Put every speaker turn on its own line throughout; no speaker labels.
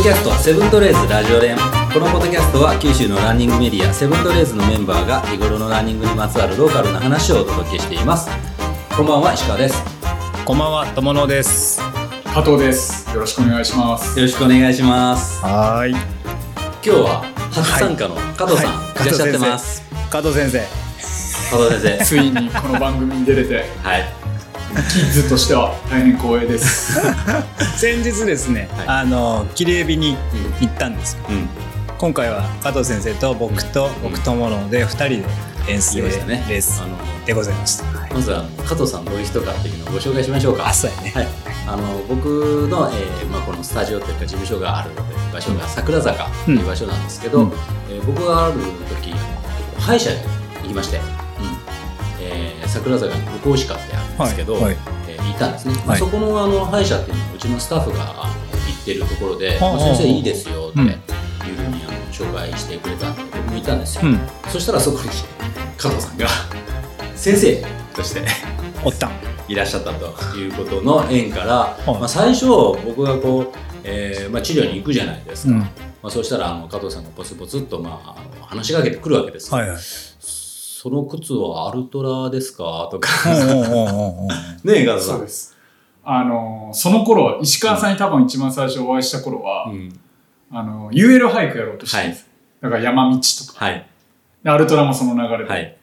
キャストセブントレーズラジオ連このポッドキャストは九州のランニングメディアセブントレーズのメンバーが日頃のランニングにまつわるローカルな話をお届けしていますこんばんは石川です
こんばんは、とものです。
加藤です。よろしくお願いします。
よろしくお願いします
はーい。
今日は初参加の加藤さん、
はい
いらっしゃってます
加藤先生。
加藤先生
ついにこの番組に出れて、
はい
キッズとしては大変光栄です。
先日ですね、
はい
あの、切りエビに行ったんですよ。
うん
今回は加藤先生と僕と、
うん
僕ともので、二人で遠征
言いましたね
レース
あの
でございました。はい
まずは加藤さんどういう人かっていうのをご紹介しましょうか
あ、そうやね。
はい、あの僕の、えーまあ、このスタジオというか事務所がある場所が桜坂という場所なんですけど、
うん
えー僕がある時歯医者に行きまして、えー桜坂に向こう歯科ってあるんですけど、
はいはい
えーいたんですね、まあ
はい
そこのあの歯医者っていうのはうちのスタッフがあの行ってるところで「
はあ
まあ先生いいですよ」って
うん
いうふうにあの紹介してくれたんで僕もいたんですよ、
うん。
そしたらそこに加藤さんが先生として
おったん。
いらっしゃったということの縁から、
い
まあ、最初僕がこう、えーまあ、治療に行くじゃないですか、
うん。
まあ、そうしたらあの加藤さんがポツポツっと、まあ、あの話しかけてくるわけです、
はいはい。
その靴はアルトラですかとか
うんうんうんうんうん。
ねえ加藤さ
そうんです。あの、その頃、石川さんに多分一番最初お会いした頃は、
うん
あの、UL ハイクやろうとして
は
るんで
い
す。だから山道とか、
はい
でアルトラもその流れで,、
はい
で、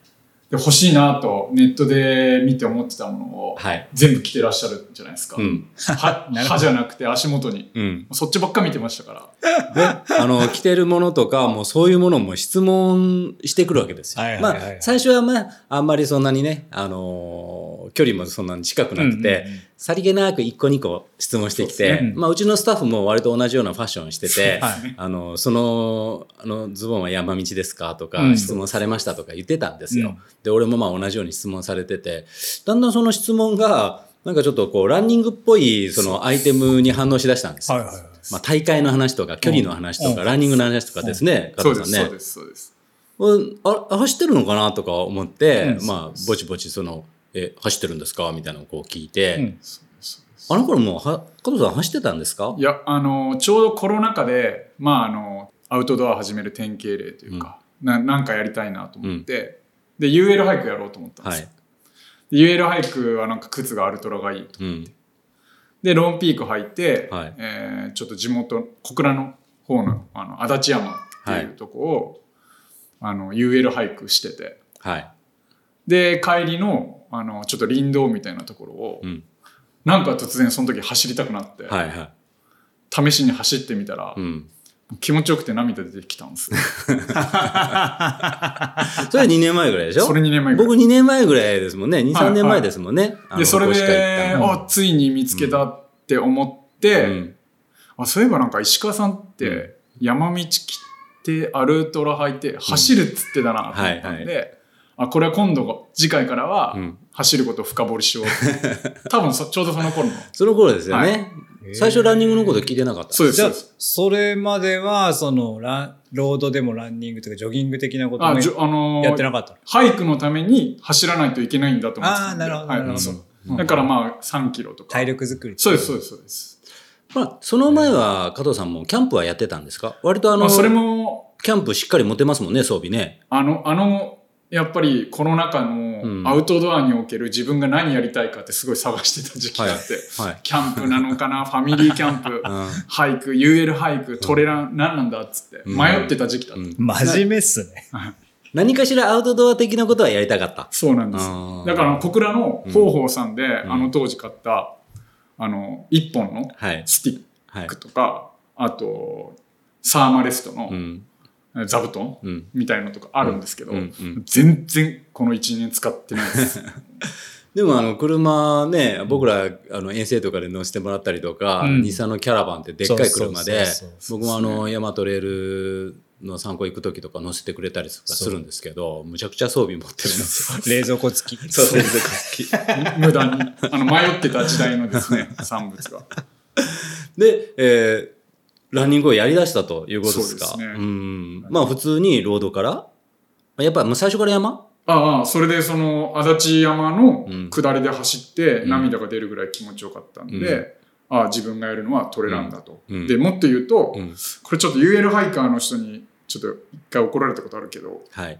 欲しいなとネットで見て思ってたものを、
はい
全部着てらっしゃるんじゃないですか。
うん
は
なるほど
歯じゃなくて足元に。
うん、
そっちばっか見てましたから。
あの着てるものとかもうそういうものも質問してくるわけですよ。
はいはい
ま
はい
あ最初は、まあ、あんまりそんなにね、あのー距離もそんなに近くなくて、
うんうんうん
さりげなく一個二個質問してき
そう
て
で
う,、
すねうん
まあ、うちのスタッフも割と同じようなファッションしてて、
はい
あのそのあのズボンは山道ですかとか、
うん
質問されましたとか言ってたんですよ、
うん
で俺もまあ同じように質問されててだんだんその質問がなんかちょっとこうランニングっぽいそのアイテムに反応しだしたんですよ、
はいはいはい
まあ、大会の話とか距離の話とか、
うん
ランニングの話とかですね、加
そう
藤
で
さんね
す、そうです、そうです。
うんあれ走ってるのかなとか思って、
うん
まあぼちぼちその「え走ってるんですか?」みたいなのをこう聞いて、
うん
そうですそうです
あの頃もうは加藤さん走ってたんですか
いやあのちょうどコロナ禍で、まあ、あのアウトドア始める典型例というか、ななんかやりたいなと思って、で UL ハイクやろうと思ったんで
は
すよ
い、、
で UL ハイクはなんか靴がアルトラがいいと
うん、
でロンピーク履いて、
はい
えーちょっと地元小倉の方のあの足立山っていうとこを、あの UL ハイクしてて
はい、
で帰りのあのちょっと林道みたいなところを、
うん、
なんか突然その時走りたくなって、
はいはい、
試しに走ってみたら、
うん。
気持ちよくて涙出てきたんですよ
それは2年前ぐらいでしょ
それ2年前ぐらい
僕2年前ぐらいですもんね。2、
は
3
い
年前ですもんね。あの
でそれ
公式会行
で
っ
あついに見つけたって思ってて、
うん
あそういえばなんか石川さんっ
うん
て山道切ってアルトラ履いて走るっつってたなと思ったんで、
はいは
あこれは今度次回からは
うん
走ることを深掘りしようって、 多分そちょうどその頃の
その頃ですよね。
はい
最初ランニングのこと聞いてなかった。
そうです
じ
そ
ゃ
う
あ
です、
それまでは、その、ラン、ロードでもランニングとか、ジョギング的なこと
あ
も
じょあのー
やってなかったの。
ハイクのために走らないといけないんだと思ってたんで
あーなるほど
はい
なるほど
そう
うん
だからまあ3キロとか
体力作り。
そうですそうですそうです、
まあ、その前は加藤さんもキャンプはやってたんですか割とあ
ま
の、
あ、それも
キャンプしっかり持てますもんね、装備ね。
あの、あの、やっぱりコロナ禍
うん
のアウトドアにおける自分が何やりたいかってすごい探してた時期があって、
はい。
キャンプなのかな、ファミリーキャンプ、
う
ハイク、UL ハイク、トレラン、何なんだっつって
うん
迷ってた時期だった。
んうん
真面目っすね。
何かしらアウトドア的なことはやりたかった。
そうなんです。
あー
だから、小倉の方法さんで、
ん
あの当時買った、あの、一本の
はい。
スティ
は
ッ
い
ク。とか、あと、サーマレスト
う
の
ん。
座布団
うん。
みたいのとかあるんですけど、
うんうん
全然この1年使ってないです。
でもあの車ね、僕らあの遠征とかで乗せてもらったりとか、
うん
日産のキャラバンってでっかい車で
そうそうそうそう
僕もあのヤマトレールの参考行く時とか乗せてくれたりとかするんですけどむちゃくちゃ装備持ってるんです よ。
冷蔵庫付き。
そうそう
無駄にあの迷ってた時代のです ね産物が
で、えーランニングをやりだしたということですか
そうですね
んまあ普通にロードからやっぱもう最初から山
ああそれでその足立山の
うん
下りで走って
ん
涙が出るぐらい気持ちよかったんで、
うん
ああ自分がやるのはトレランだと、
うん
でもっと言うと、
うん
これちょっと UL ハイカーの人にちょっと一回怒られたことあるけど
はい。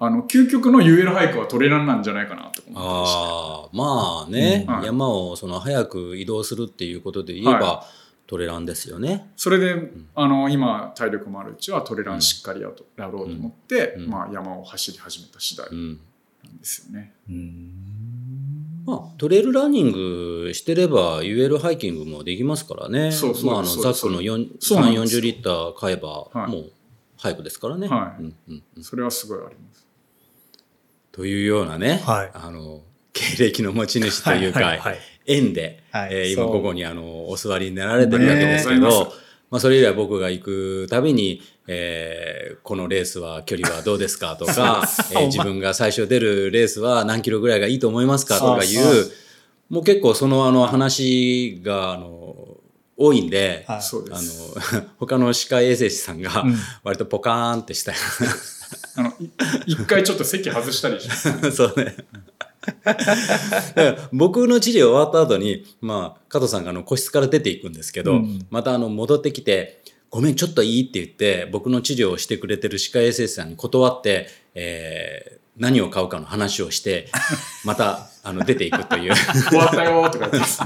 あの究極の UL ハイカーはトレランなんじゃないかなと思ってました
ああ、まあね、
うん
山をその早く移動するっていうことで言えば、トレランですよね。
それで、
ん
あの今体力もあるうちはトレランしっかりやろうとやろうと思って、
うん
まあ、山を走り始めた次第
うん。
なんですよね、
まあ、トレイルランニングしてれば、UL ハイキングもできますからね。
そうそう
まあ、あの、
そう
ザックの4
そうなん
3、
です
40
よ
リッター買えば、
はい
もう、早くですからね。
はい
うんうんうん
それはすごいあります
というようなね、
はい
あの、経歴の持ち主というか、
はいはいはい
縁で、
はい
えー今
そう
ここにあの、お座りになられてるわけですけ
ね
ど、
ありがとうございま
まあ、それ以来僕が行くたびに、えーこのレースは距離はどうですかと か、えー自分が最初出るレースは何キロぐらいがいいと思いますかとかいう
そうそう、
もう結構そのあの話が、あの、多いんで、
はい
そうで
あ
す
の、 他の歯科衛生士さんが
うん、
割とポカーンってしたような
あのい一回ちょっと席外し たりして
そうね。だから僕の治療終わった後に、まあ、加藤さんがあの個室から出ていくんですけど、
うん
またあの戻ってきて、ごめん、ちょっといいって言って、僕の治療をしてくれてる歯科衛生士さんに断って、えー何を買うかの話をして、また、あの、出ていくと いう。
終わったよーとか言ってます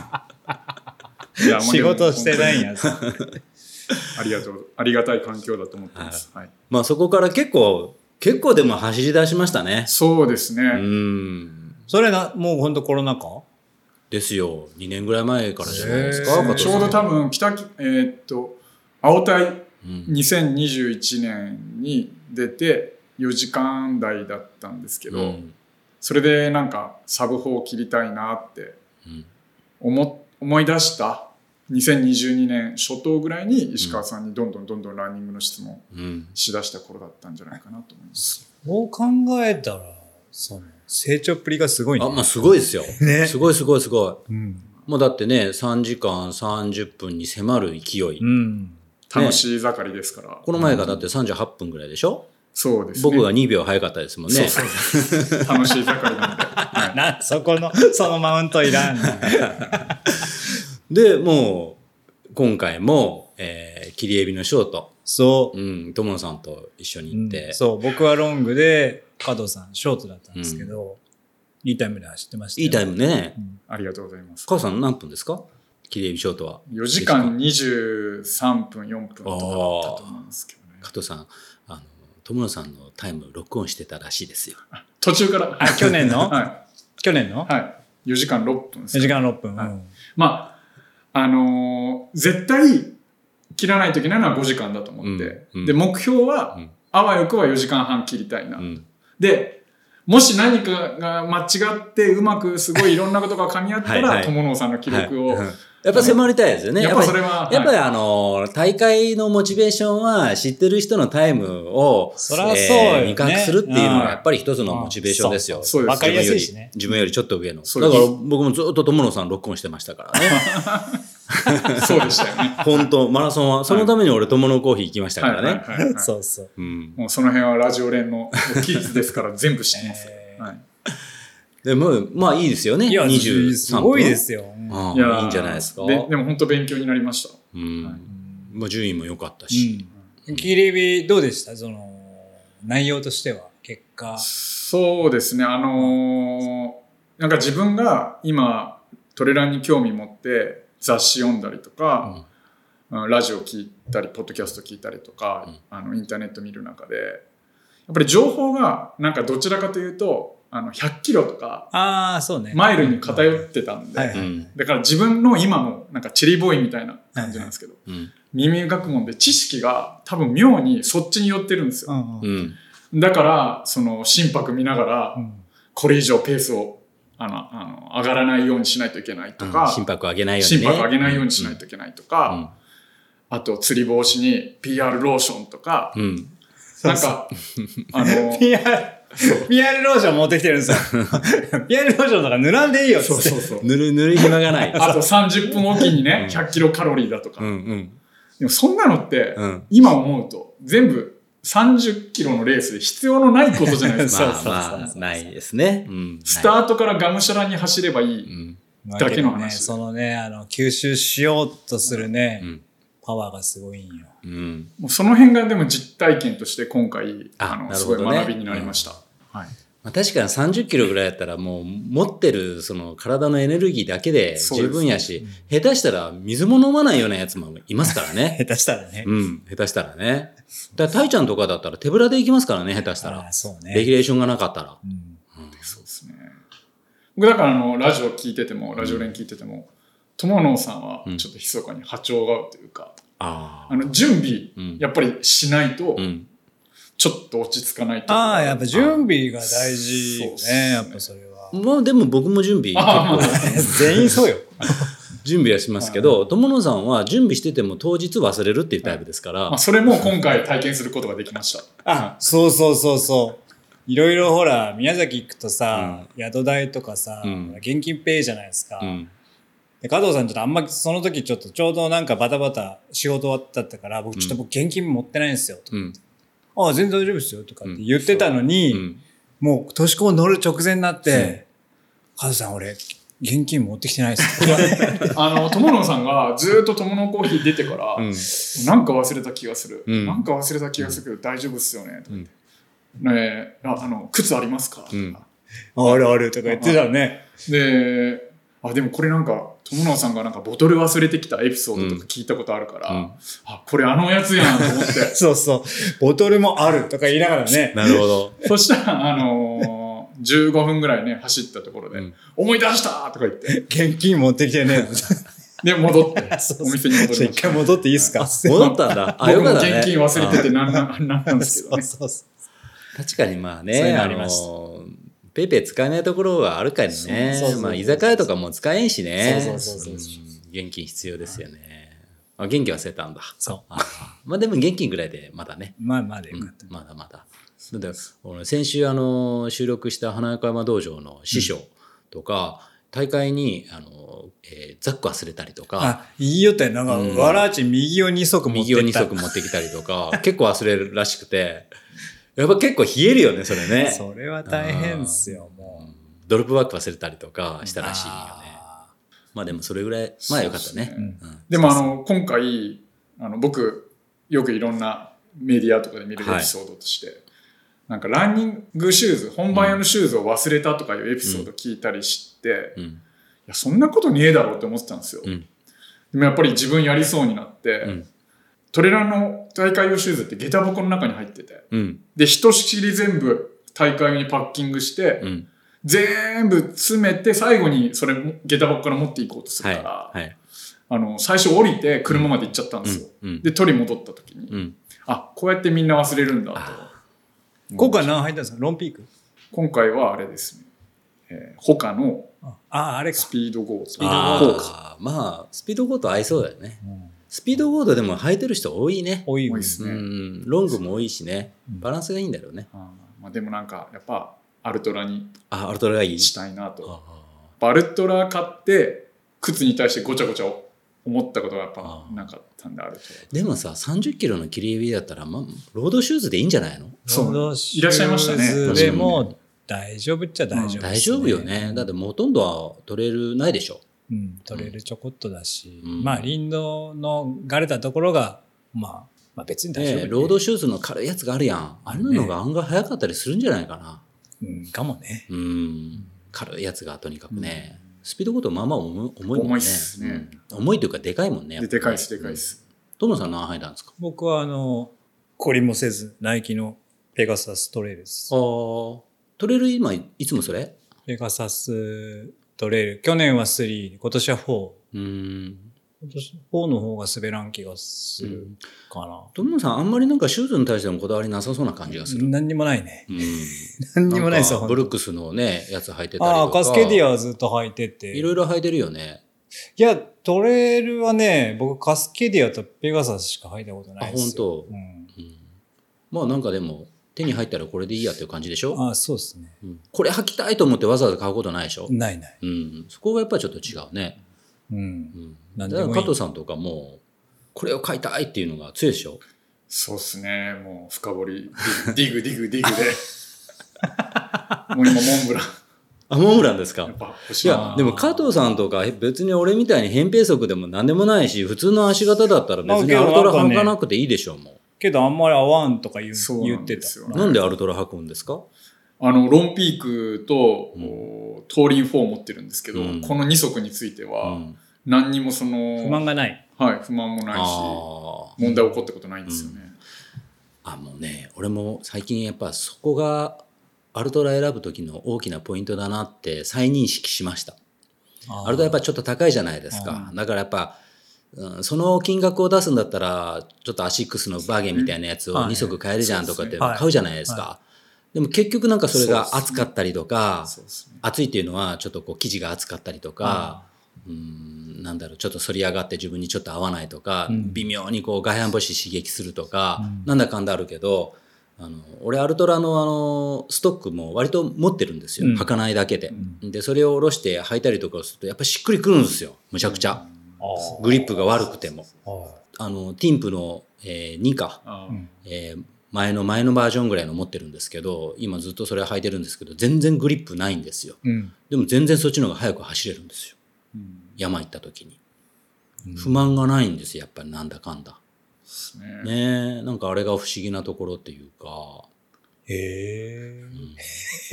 ねい やもう
仕
でも
事してないんや。
ありがとう。ありがたい環境だと思ってます。はい。
まあ、そこから結構、結構でも走り出しましたね。
そうですね。
うーん。
それな、もうほんとコロナ禍
ですよ。2年ぐらい前からじゃないですか、
へー
加藤
ち
さん
ょうど多分北き、えーっと、青体
うん
2021年に出て4時間台だったんですけど、
うん
それでなんかサブ4を切りたいなって
うん
思思い出した2022年初頭ぐらいに石川さんにどんどんどんどんランニングの質問
うん
しだした頃だったんじゃないかなと思います。
そう考えたら、その、成長っぷりがすごい
あ、
ね。
まあ、すごいですよ。
ね
すごいすごいすごい。
うん。
もうだってね、3時間30分に迫る勢い。
うん。
楽しい盛りですから。
この前がだって38分ぐらいでしょ
そうですね。
僕が2秒早かったですもんね。
そうそうそう楽しい盛りなんで。はい
な、そこ の、そのマウントいらん。
で、もう、今回も、えー、切りエビのショート、
そう
う。ん、友野さんと一緒に
う
行っ
ん
て、
そう、僕はロングで、加藤さん、ショートだったんですけど、いいタイムで走ってましたよ。
いいタイムね
うん。
ありがとうございます。
母さん何分ですか切りエビショートは。
4時間23分、4分とかだったと思うんですけどね。
加藤さん、あの、友野さんのタイム録音してたらしいですよ。
途中から。
あ、去 年の
は
去年の
い。はい。4時間6分です
?4 時間6分。
はい
うん
まあ、あのー絶対切らないといけないのは5時間だと思って。
うんうん
で、目標は、
うん
あわよくは4時間半切りたいな。
うん。
で、もし何かが間違ってうまくすごいいろんなことが噛み合ったら、
はいはい
友野さんの記録を、
はいやっぱ迫りたいですよね。
やっぱそれは、
やっぱり
はい
あの、大会のモチベーションは知ってる人のタイムを、
そりゃそうよ
えー
ね
比較するっていうの
うん
がやっぱり一つのモチベーションですよ。
そうです
わかりやすいしね。
自分よりちょっと上の。だ
そ
か
うで
ら
す
僕もずっと友野さん録音してましたから ね。
そうでしたよね。
本当マラソンは。そのために俺友野コーヒー行きましたから
はい
ね。
はいはいはい
そうそう。
うん。
もうその辺はラジオ連の技術で すから全部知ってますよ。
えー
はい、
でも、まあいいですよね。
いや、
23分。
すごいで。すよ。うん
あ
やー
あ、いいんじゃないですか。
ででも本当勉強になりました。
う
はい
ん。まあ順位も良かったし。
うん。キリビどうでしたその、内容としては、結果。
そうですね、あのーなんか自分が今トレランに興味持って雑誌読んだりとか、うんラジオ聞いたりポッドキャスト聞いたりとか、
うん
あのインターネット見る中でやっぱり情報がなんかどちらかというとあの100キロとか
ああ、そうね。
マイルに偏ってたんで、
はいはい
うん。
だから自分の今もなんかチェリーボーイみたいな感じなんですけど、
うん。
耳学問で知識が多分妙にそっちに寄ってるんです
う
よ。
んう
うんん。
だから、その心拍見なが
う
ら、
ん。
これ以上ペースをあのあの上がらないようにしないといけないと
うん
か、
心拍上げないように
心
ね。
拍上げないようにしない
と。
といけないとか、あと釣り防止に PR ローションとか、
うん。うん
なんか、あの、
PR、PR ローション持ってきてるんですよ。PR ローションとか塗らんでいいよっつ
そ
っ
う
て。
そうそう。
ぬるぬる暇が ない。
あと30分おきにね、100キロカロリーだとか。
うんうん。
でもそんなのって、
うん
今思うと全部30キロのレースで必要のないことじゃないですか。
まあ
そうそうそう
ま
そ
あ、
う
ないですね。うん。
スタートからがむしゃらに走ればいい
うん。
だけの話
ね、そのね、あの、吸収しようとするね、
うん
パワーがすごいんよ。
うん、
もうその辺がでも実体験として今回、
あ
あの、
なる
す
ほ
ご
ど
い
ね
学びになりました。はい。
まあ、確かに30キロぐらいやったらもう持ってるその体のエネルギーだけで十分やし、下手したら水も飲まないようなやつもいますからね。
下手したらね。
うん、下手したらね。だから、たいちゃんとかだったら手ぶらで行きますからね、下手した
あ
ら
あ、。そうね。
レギュレーションがなかったら。
うん
そうですね。僕だからあの、ラジオ聞いてても、ラジオ連聞いてても、友野さんは
うん
ちょっと密かに波長が合うというか、
あ
あの、準備
うん、
やっぱりしないと
う、ん。
ちょっと落ち着かないというか
ああ、やっぱ準備が大事よ
そうっすね
ね、やっぱそれは。
まあでも僕も準備
あ
結構
全員そうよ。
準備はしますけど、友野さんは準備してても当日忘れるっていうタイプですか
ま
ら
あ、、それも今回体験することができました。
あ、そうそうそうそう。いろいろほら、宮崎行くとさ、宿代とかさ、
うん
現金ペイじゃないですか。
うん。
で加藤さんちょっとあんまその時ちょっとちょうどなんかバタバタ仕事終わったったから、僕ちょっと僕現金持ってないんですよ。
うん。
ああ、全然大丈夫ですよとかって言ってたのに、
うん。
もう年子乗る直前になって、加藤さん俺、現金持ってきてないです。
あの、友野さんがずっと友野コーヒー出てから、
うん
なんか忘れた気がする。
うん
なんか忘れた気がするけど大丈夫っすよね。
うん
ねえああの、靴ありますか、
うん
とか
あるあるとか言ってたね。
で、あ、でもこれなんか、友野さんがなんかボトル忘れてきたエピソードとか聞いたことあるから、
うん
あ、これあのやつやんと思っ て。
そうそう。ボトルもあるとか言いながらね。
なるほど。
そしたら、あのー15分ぐらいね、走ったところで、
うん
思い出したとか言って、
現金持ってきて ね。
で、戻 って、
そうそう
お店に戻
じゃあ
りま
一
した。
回戻っていいですか
戻ったんだ。あ、よ
僕も
かったね。
現金忘れててなんなんなんなんですけど
そう
ね。
そうそう。
確かにまあ
そういう
ね、
の
あ
ありました
の、ペイペイ使えないところはあるからね
そうそうそうそ。う
まあ居酒屋とかも使えんしね。
そうそうそうそうん
現金必要ですよね。あ、現金忘れたんだ。
そう。
あまあでも現金ぐらいでまだね。
まあまあでよかっ
まだまだ。だって俺先週あの収録した花岡山道場の師匠とか、大会にあの、えーザック忘れたりと
た。
か、
あ、いいよって、なんか、
うん
わらち右を二足持って
右を
っ
2
た。
足持ってきたりとか、結構忘れるらしくて、やっぱ結構冷えるよね、それね。
それは大変ですよ、
う
も
んドロップバック忘れたりとかした
う。
らしいよね。
あ
まあでもそれぐらい、まあよかった
そう
ね
で。すね
うん
でもあの今回あの僕よくいろんなメディアとかで見るエピソードとして、なんかランニングシューズ本番用のシューズを忘れたとかいうエピソード聞いたりして、い
うん
やそんなことねえだろうって思ってたんですよ、
うん
でもやっぱり自分やりそうになって、
うん
トレランの大会用シューズって下駄箱の中に入ってて
うん
でひとしきり全部大会用にパッキングして、
うん
全部詰めて最後にそれも下駄箱から持っていこうとす
は
る
い。
から、
はい。
あの最初降りて車まで行っちゃったんですよ、
うんうん
で取り戻った時に、
うん
あこうやってみんな忘れるんだ
あ
と
ー今回何入ったんですかロンピーク
今回はあれですね、えー、他の
ああ、あれか
ス。ピードゴース
あ
効果
ーまあ、スピードゴード合いそうだよね。
うん
スピードゴードでも履いてる人多いね。
多い
多い
よ
で
ね
す
う
ね、
ん、ロングも多いしね。
うん
バランスがいいんだろうね。
あーまあ、でもなんかやっぱアルトラに
あ、アルトラがいい
したいなと
あ
アルトラ買って靴に対してごちゃごちゃ思ったことがやっぱ
あー
なかったんでアルト
ーでもさ、30キロの切り指だったら、まあ、ロードシューズでいいんじゃないの
そう
ロードシューズ
いらっしゃいましたね
でも、大丈夫っちゃ大丈夫ですね。
大丈夫よね。だってもうほとんどは取れるないでしょ。
うん、取れるちょこっとだし、
うん
まあ林道のがれたところが、まあ、まあ別に大丈夫、
ね、ロードシューズの軽いやつがあるやん。あれなのが案外早かったりするんじゃないかな。
うん、かもね。
うん。軽いやつがとにかくね。スピードごとまあまあ重い重いもんね。
重いっすね
うん重いというかでかいもんね。
ラででかいですでかいで。す、
トムさん何入ったんですか
僕はあの、懲りもせず、ナイキのペガサストレイルです
あ。あ。取れる今いつもそれ
ペガサストレイル。去年は3、今年は4。
うん。
今年4の方が滑らん気がするかな。
トムさんあんまりなんかシューズに対してのこだわりなさそうな感じがする。
何にもないね。
うん。
何にもないですよ、
んか
ほん
ブ
と
ルックスのね、やつ履いてたりとか。
ああ、カスケディアはずっと履いてて。
いろいろ履いてるよね。
いや、トレイルはね、僕、カスケディアとペガサスしか履いたことないです
あ
よ。
本当
本
うんまあなんかでも手に入ったらこれでいいやっていう感じでし
当。う
ょ、
ん。あそうですね。
うんこれ履きたいと思ってわざわざ買うことないでしょ、
ないない。
うんそこがやっぱりちょっと違うね、
うん。
うん、
な
だか
んでもい
ら
い
加藤さんとかもこれを買いたいっていうのが強いでしょ
そうっすね。も う深掘り、ディグ、ディグ、ディグディグで。もう今、モンブラン。
あ、モンブランですか
やっぱ欲し
い
いな
や、でも加藤さんとかへ別に俺みたいに扁平足でも何でもないし、普通の足型だったら別にアルトラ履かなくていいでしょう、も
けどあんまり合わんとか言う
そう
言
な
っ
ん
て
で
た。
すよ、
う。なんでアルトラ履くんですか
あのロンピークと、
うん
こうトーリン4を持ってるんですけど、
うん
この2足について
う
は
ん。
何にもその、
不満がない。
はい、不満もないし
あ
問題起こったことないんですよね、
あ。あ、もうね、俺も最近やっぱそこがアルトラ選ぶ時の大きなポイントだなって再認識しました。あれだやっぱちょっと高いじゃないですか。だからやっぱ、うん、その金額を出すんだったら、ちょっとアシックスのバーゲンみたいなやつを
は
2
い
足買えるじゃんとかって
はい
買うじゃないですか。でも結局なんかそれが
そうです
暑かったりとか、
そうですね
暑いっていうのはちょっとこう生地が厚かったりとか、うん、なんだろう、ちょっと反り上がって自分にちょっと合わないとか、
うん
微妙にこう外反母趾刺激するとか、
うん
なんだかんだあるけど、あの俺アルトラのあのストックも割と持ってるんですよ、
うん
履かないだけで、
う
でそれを下ろして履いたりとかするとやっぱりしっくりくるんですよむちゃくちゃ、グリップが悪くてもあのティンプの、えー2か、
あー
うん
えー前の前のバージョンぐらいの持ってるんですけど今ずっとそれ履いてるんですけど全然グリップないんですよ
うん。
でも全然そっちの方が速く走れるんですよ
うん
山行った時に
うん
不満がないんですよやっぱりなんだかんだ
ですね
ねえなんかあれが不思議なところっていうか
へ
う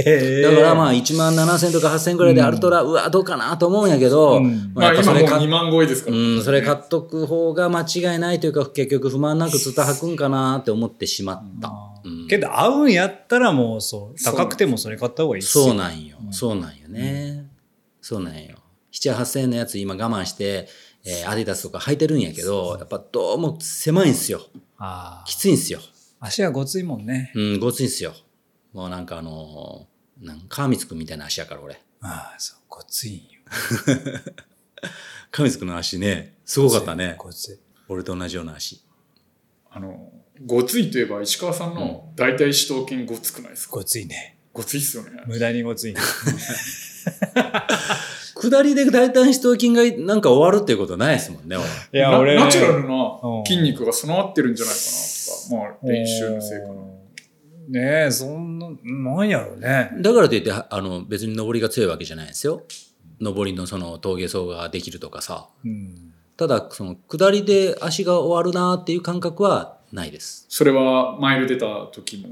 え。
んだからまあ1万7000とか8000ぐらいでアルトラ、うわどうかなと思うんやけど、
うん
ま
ま
あ
あ
やっぱ
今
そ
もう
れ買っ
2万超えですから、
うん、それ買っとく方が間違いないというか、結局不満なくずっと履くんかなって思ってしまった。うん
けど合うんやったらもうそう、高くてもそれ買った方がいいっすよ
そうなんよ。そうなんよね。そうなんよ。7、8000円のやつ今我慢して、えーアディダスとか履いてるんやけど、やっぱどうも狭いんすよ。
あ
きついんすよ。
あ。足はごついもんね。
うん、ごついんすよ。もうなんかあのーなんか、ミツくんみたいな足やから俺。
ああ、そう、ごついんよ。
ミツくんの足ね、すごかったね。
ごつい。
俺と同じような足。
あのごついといえば石川さんの大体四頭筋ごつくないですか、
ごついね。
ごついっすよね
無駄にごついね。
下りで大胆四頭筋がなんか終わるっていうことないですもんね、俺。
い
な
や、俺。
ナチュラル
うん
な筋肉が備わってるんじゃないかなとか、まあ、練習のせいかな
ねえ、そんな、なんやろうね。
だからといってあの別に登りが強いわけじゃないですよ登りのその峠走ができるとかさ
うん。
ただその下りで足が終わるなっていう感覚はないです
それはマイル出た時も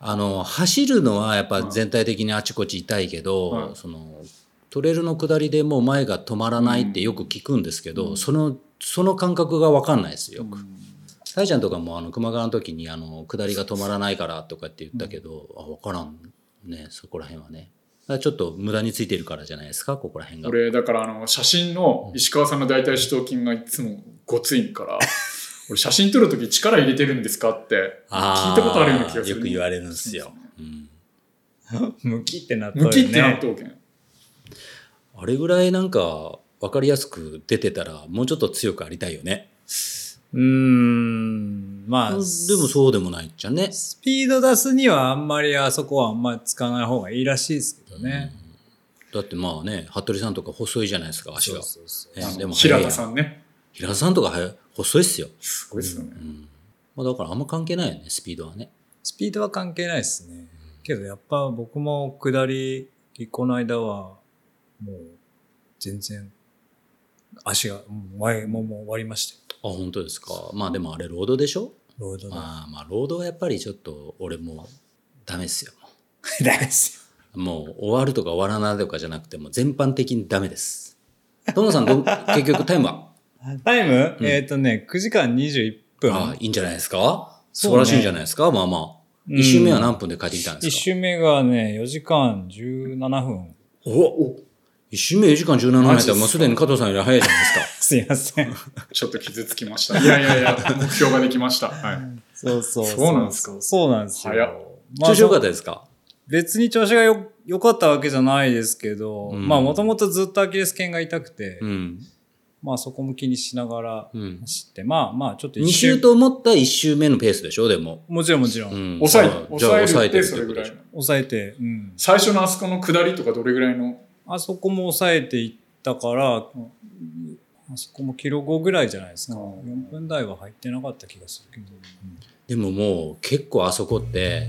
あの走るのはやっぱ
うん
全体的にあちこち痛いけど、
うん
そのトレイルの下りでもう前が止まらないってよく聞くんですけど、
うん
そのその感覚が分かんないですよ
う
く。
ん
さ、えちゃんとかもあの熊川の時にあの下りが止まらないからとかって言ったけど、あ分からんねそこら辺はね。だからちょっと無駄についてるからじゃないですかここら辺が。
俺だからあの写真の石川さんの大腿四頭筋がいつもごついから 俺写真撮る時力入れてるんですかって
あー
聞いたことあるような気がする
よく言われるんですよ。うん
むきってなったよ
向
ね。
きって納豆拳
あれぐらいなんか分かりやすく出てたらもうちょっと強くありたいよね。
うーん。ま
で
あ、
もそうでもないっちゃね。
スピード出すにはあんまりあそこはあんまり使わない方がいいらしいですけどね。
だってまあね服部さんとか細いじゃないですか足
そ
が
う。そうそう
えーでも
平
早い
田
や
さ
ん
んね
平田さんとかはや細いっすよ。
すごいですよね、
うんまあ、だからあんま関係ないよねスピードはね。
スピードは関係ないですね。けどやっぱ僕も下り、この間はもう全然足がもう前ももう終わりましたよ。
あ本当ですか。まあでもあれロードでしょ。
ロードの。
まあまあロードはやっぱりちょっと俺もうダメっすよ。
ダメです
もう終わるとか終わらないとかじゃなくてもう全般的にダメです。トモさんどん 結局タイムは
よ。タイム、
うん
えっ、とね、9時間21分。
あいいんじゃないですか素
そう
晴
ね
らしいんじゃないですか、まあまあ。
うん
一周目は何分で帰ってきたんで
一
すか、
周目がね、4時間17分。
お一周目4時間17分やったらもうすでに加藤さんより早いじゃないですか。
すいません。
ちょっと傷つきましたいやいや いや目標ができました、はい、
そうそう
そうなんですか
そうなんです
早っ
よ。まあ
調子良かったですか
別に調子がよ、良かったわけじゃないですけど、
うん
まあもともとずっとアキレス腱が痛くて、
うん。
まあそこも気にしながら
うん。
走って、まあまあちょっと
2周と思った1周目のペースでしょでも。
もちろんもちろん、
うん。
抑え
あ
て
じゃあ
抑
抑
え
えて
る
るってて
っそれ
こ
ぐ
と
ら
で
い
しょ
の
抑えて、うん。
最初のあそこの下りとかどれぐらいの
あそこも抑えていったから、あそこもキロ5ぐらいじゃないですか。
うん
4分台は入ってなかった気がするけど。
でももう結構あそこって、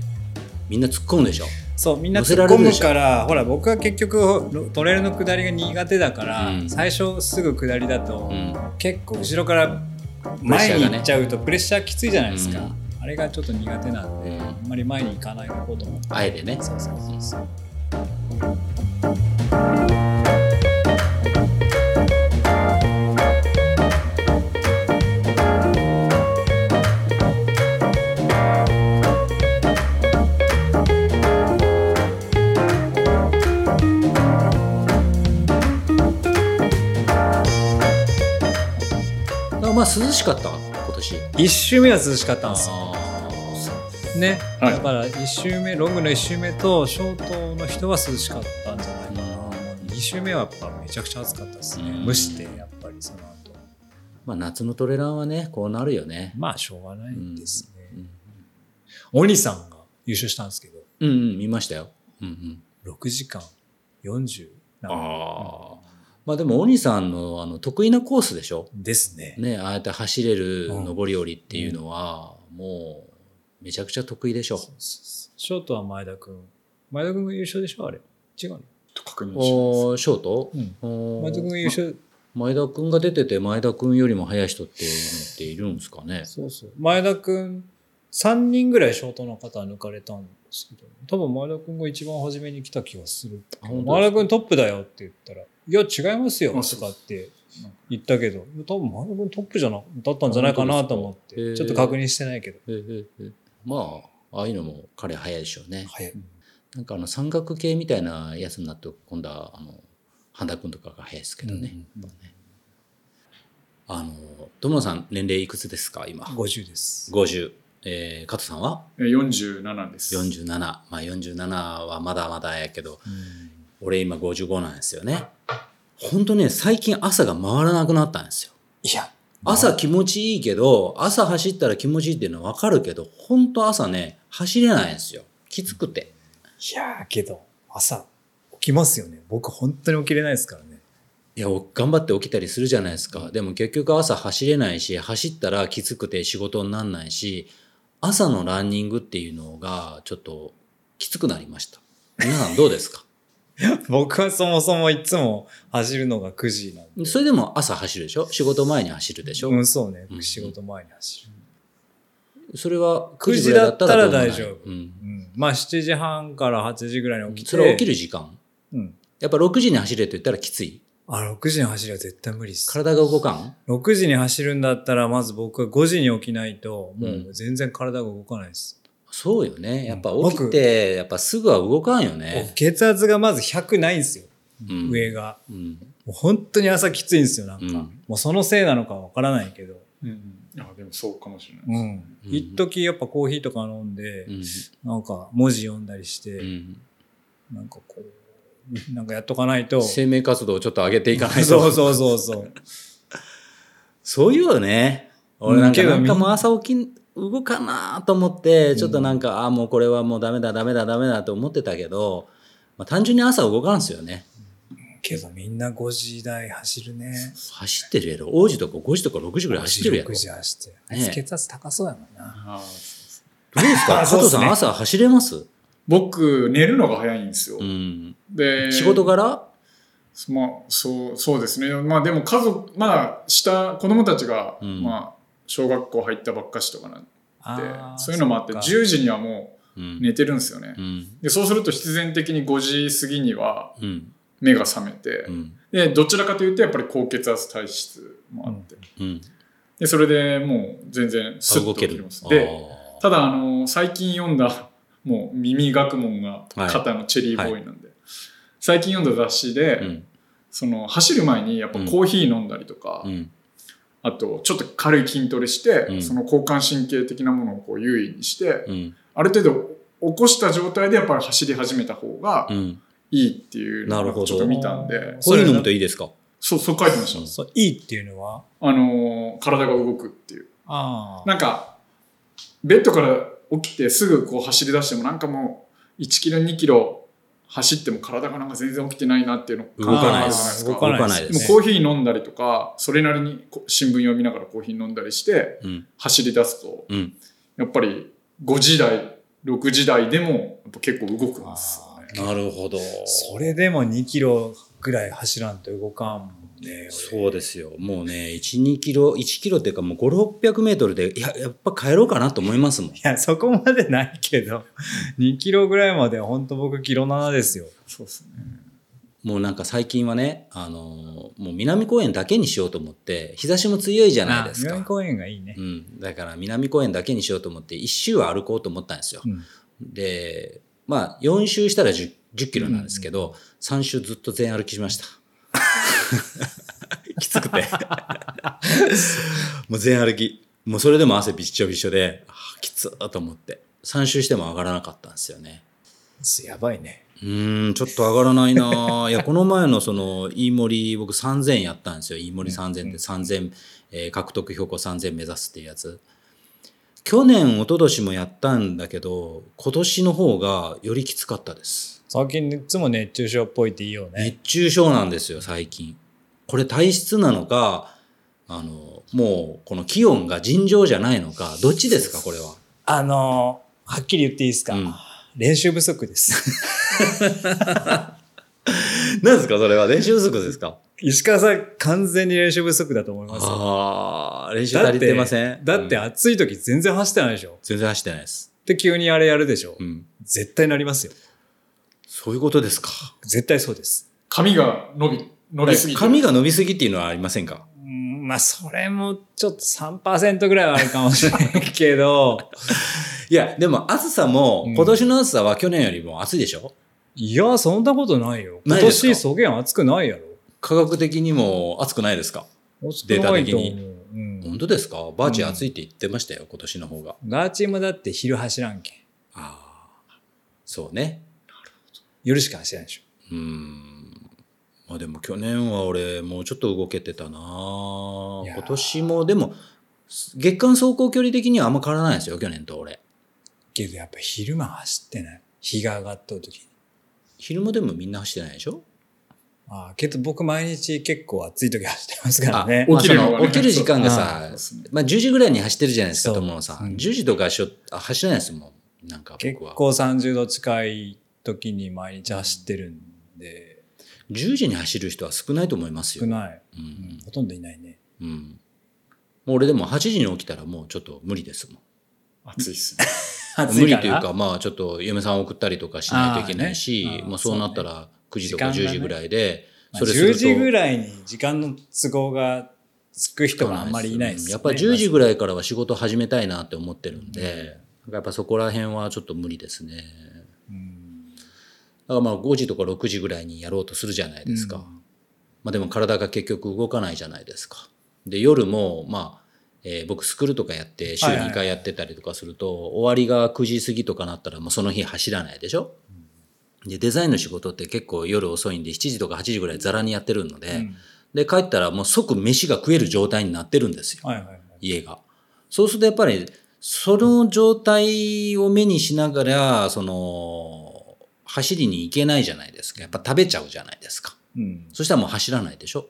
みんな突っ込むでしょ。
そうみんな
乗せ
突
ら
っ
れ
込
るで
む
しょ
からほら僕は結局トレイルの下りが苦手だから、
うん
最初すぐ下りだと、
うん。
結構後ろから
レッシャ
前
ーがね
に行っちゃうとプレッシャーきついじゃないですか、
うん
あれがちょっと苦手なんで
うん
あんまり前に行かないことも
あえてね。
そうそうそうそう
だからまあ涼しかった今年。
1周目は涼しかったんですよ
あ
ね、
はい
だから1周目ロングの1周目とショートの人は涼しかったんじゃないかな2周目はやっぱめちゃくちゃ暑かったですね
うん
蒸してやっぱりその後
まあ夏のトレランはねこうなるよね。
まあしょうがないです
う
ね
ん
お兄さんが優勝したんですけど
うん、うん、見ましたよ。うんうん。
6時間40
あまあでも、鬼さんのあの得意なコースでしょ
ですね
ね、ああやって走れる
うん
上り下りっていうのは、もう、めちゃくちゃ得意でしょ。
ショートは前田君前田君が優勝でしょあれ違うの、
と確認します。
おーショート
うん、
おー
前田君が優勝
前田君が出てて、前田君よりも速い人っていうのっているんですかね。
そうそう前田君3人ぐらいショートの方抜かれたんですけど多分前田君が一番初めに来た気がする
あ本当
前田君トップだよって言ったら「いや違いますよ」
あ
とかって言ったけど多分前田君トップじゃなだったんじゃないかなと思っ
あ本当です
て
か
ちょっと確認してないけど
ええええまあ、ああいうのも彼速いでしょうね。
早い
なんかあの三角形みたいなやつになって今度はあの半田君とかが早いですけどね。
うん
やっぱねあの友野さん年齢いくつですか今
50です
50、えー、加藤さんは
え47です。
47まあ47はまだまだやけど俺今55なんですよね本当ね最近朝が回らなくなったんですよ
いや
朝気持ちいいけど朝走ったら気持ちいいっていうのは分かるけど本当朝ね走れないんですよきつくて
いやーけど朝起きますよね僕本当に起きれないですからね
いやお頑張って起きたりするじゃないですかでも結局朝走れないし走ったらきつくて仕事になんないし朝のランニングっていうのがちょっときつくなりました皆さんどうですか
僕はそもそもいつも走るのが9時なんで
それでも朝走るでしょ仕事前に走るでしょ、
うんそうね
うん
仕事前に走る
それは
9
9
時
時
ぐ
ぐ
ら
らい
いだ
だ
っ
ったた
ら
ら
どうもない大丈夫
うん
うんまあ7時半から8時ぐらいに起きて
それは起きる時間
うん
やっぱ6時に走れと言ったらきつい
あ6時に走るは絶対無理です
体が動かん
6時に走るんだったらまず僕は5時に起きないとも
う
う全然体が動かないです、
そうよねやっぱ
うん
起きてやっぱすぐは動かんよね、
血圧がまず100ないんですよ、
うん
上が
うん
もう本当に朝きついんですよなんか、
うん
もうそのせいなのかわからないけど
うんうんあでもそうかもしれ
う
ない。
ん一時やっぱコーヒーとか飲んで、
うん
なんか文字読んだりして、
うん
なんかこうなんかやっとかな いと
生命活動をちょっと上げていかないと
そうそうそうそう
そういうよね。俺なんか、
うんけど
なんか
みん
もう朝起きん、動かなと思って、ちょっとなんか、ああ、もうこれはもうダメだ、ダメだ、ダメだと思ってたけど、まあ、単純に朝動かんすよね。
けどみんな5時台走るね
走ってるやろ。王子とか5時とか6時ぐらい走ってるやろ。ど
6
う
時
で
走ってるあ
ね
いつ血圧高そうやもんな、
あーそうそう
すか
あ
加
そうっ
藤
す
さ
ね
ん、朝走れます
僕、寝るのが早いんですよ。
うん。
で
仕事柄
まあ、そう、そうですね。まあでも家族、まあ下、子供たちが、
うん
まあ、小学校入ったばっかしとかなんで、
あー
そういうのもあって、
そっか
10時にはも
う。
うん寝てるんですよね
う。ん。
で、そうすると必然的に5時過ぎには
うん。
目が覚めて
う、ん。
で、どちらかというとやっぱり高血圧体質もあって、
うん。
で、それでもう全然ス
あ
ッ
動
と
け
起き
る
ま。す。
あ
で、
ー
ただ、あの、最近読んだ、もう耳学問が肩のチェリーボーイなんで、最近読んだ雑誌で、
うん。
その走る前にやっぱコーヒー飲んだりとか、
うん。
あとちょっと軽い筋トレして、
うん
その交感神経的なものをこう優位にして、
うん。
ある程度起こした状態でやっぱり走り始めた方が
うん。
いいっていう
な
の
るほ
を
ど
ちょっと見たんで
こういうのもといいですか
そうそう書いてました、
そういいっていうのは
あのー体が動くっていう
ああ
なんかベッドから起きてすぐこう走り出してもなんかもう1キロ2キロ走っても体がなんか全然起きてないなっていうの
動かないで
感
す。
じ
あ
る
ー
じゃない
動かないで
動
ですでも
す。
コーヒー飲んだりとか、それなりにこ新聞読みながらコーヒー飲んだりして
うん。
走り出すと、
うん。
やっぱり5時台6時台でもやっぱ結構動くんですよね。
なるほど。
それでも2キロぐらい走らんと動かんもんね。俺
そうですよ。もうね、1、2キロ、1キロっていうかもう5、600メートルで、いや、やっぱ帰ろうかなと思いますもん。
いや、そこまでないけど、2キ ロぐらいまでは本当僕キロ7ですよ。
そうですね。
もうなんか最近はね、あのーもう南公園だけにしようと思って、日差しも強いじゃないです
あ南
か。
公園がいいね
う。ん。だから南公園だけにしようと思って、1周は歩こうと思ったんですよ。
うん
で、まあ、4周したら 10, 10キロなんですけど、3周ずっと全歩きしました。 きつくて。 もう全歩き。もうそれでも汗びっしょびっしょで、あーきつーと思って。3周しても上がらなかったんですよね。
やばいね。
うーん、ちょっと上がらないなぁいや、この前のその、飯森、僕3000やったんですよ。飯森3000って3000、えー獲得標高3000目指すっていうやつ。去年、一昨年もやったんだけど、今年の方がよりきつかったです。
最近いつも熱中症っぽいっていいよね。
熱中症なんですよ、最近。これ体質なのか、あの、もう、この気温が尋常じゃないのか、どっちですか、これは。
あのー、はっきり言っていいですか、
うん
練習不足です。
何ですか、それは。練習不足ですか
石川さん完全に練習不足だと思いますよ。
ああ、練習足りてません。
だって
うん
暑い時全然走ってないでしょ。
全然走ってないです。
で、急にあれやるでしょ。
うん。
絶対なりますよ。
そういうことですか。
絶対そうです。
髪が伸び、伸びすぎて
髪が伸びすぎっていうのはありませんか
うんまあ、それもちょっと3%ぐらいはあるかもしれないけど、
いや、でも暑さも、
うん
今年の暑さは去年よりも暑いでしょ
いや、そんなことないよ。今
ないですか
年、そげん暑くないやろ。
科学的にも暑くないですか
暑く
データ
ない
的
と思
に
う。うん
本当ですかバーチ暑いって言ってましたよ、今年の方が。
ガーチーもだって昼走らんけん。
ああ、そうね。
夜しか走らんでしょ。
うーん。まあでも去年は俺、もうちょっと動けてたない
やー
今年も、でも、月間走行距離的にはあんま変わらないですよ、去年と俺。
けどやっぱ昼間走ってない。日が上がった時に。
昼間でもみんな走ってないでしょ
ああ、けど僕毎日結構暑い時走ってますからね
あ。まあ
起きるのがね
その起きる時間がさ
そうですね、
まあ、10時ぐらいに走ってるじゃないです
そ
か、
う
友野さん。
うん
10時とかしょあ走らないですもん。なんか
結
僕は。
構30度近い時に毎日走ってるんで、
10時に走る人は少ないと思います
少
よ。
ない、
う
うん
ん。
ほとんどいないね。
うん。もう俺でも8時に起きたらもうちょっと無理ですもん。
暑いっすね。
無理というか、まあちょっと嫁さんを送ったりとかしないといけないし、
あーねあー
もうそうなったら9時とか
そうね
10時ぐらいで、
まあ、10時ぐ
い
らいに時間の都合がつく人があんまりいないです、ね。
やっぱ10時ぐらいからは仕事始めたいなって思ってるんで、やっぱそこら辺はちょっと無理ですね。
うん
だからまあ5時とか6時ぐらいにやろうとするじゃないですか。
うん
まあでも体が結局動かないじゃないですか。で、夜も、まあ、えー僕スクールとかやって、週
はいはいはい
2回やってたりとかすると、終わりが9時過ぎとかなったらもうその日走らないでしょ、で、デザインの仕事って結構夜遅いんで、7時とか8時ぐらいザラにやってるので、
うん
で、帰ったらもう即飯が食える状態になってるんですよ。
はいはいはい。
家が。そうするとやっぱり、その状態を目にしながら、その、走りに行けないじゃないですか。やっぱ食べちゃうじゃないですか。
うん、
そしたらもう走らないでしょ。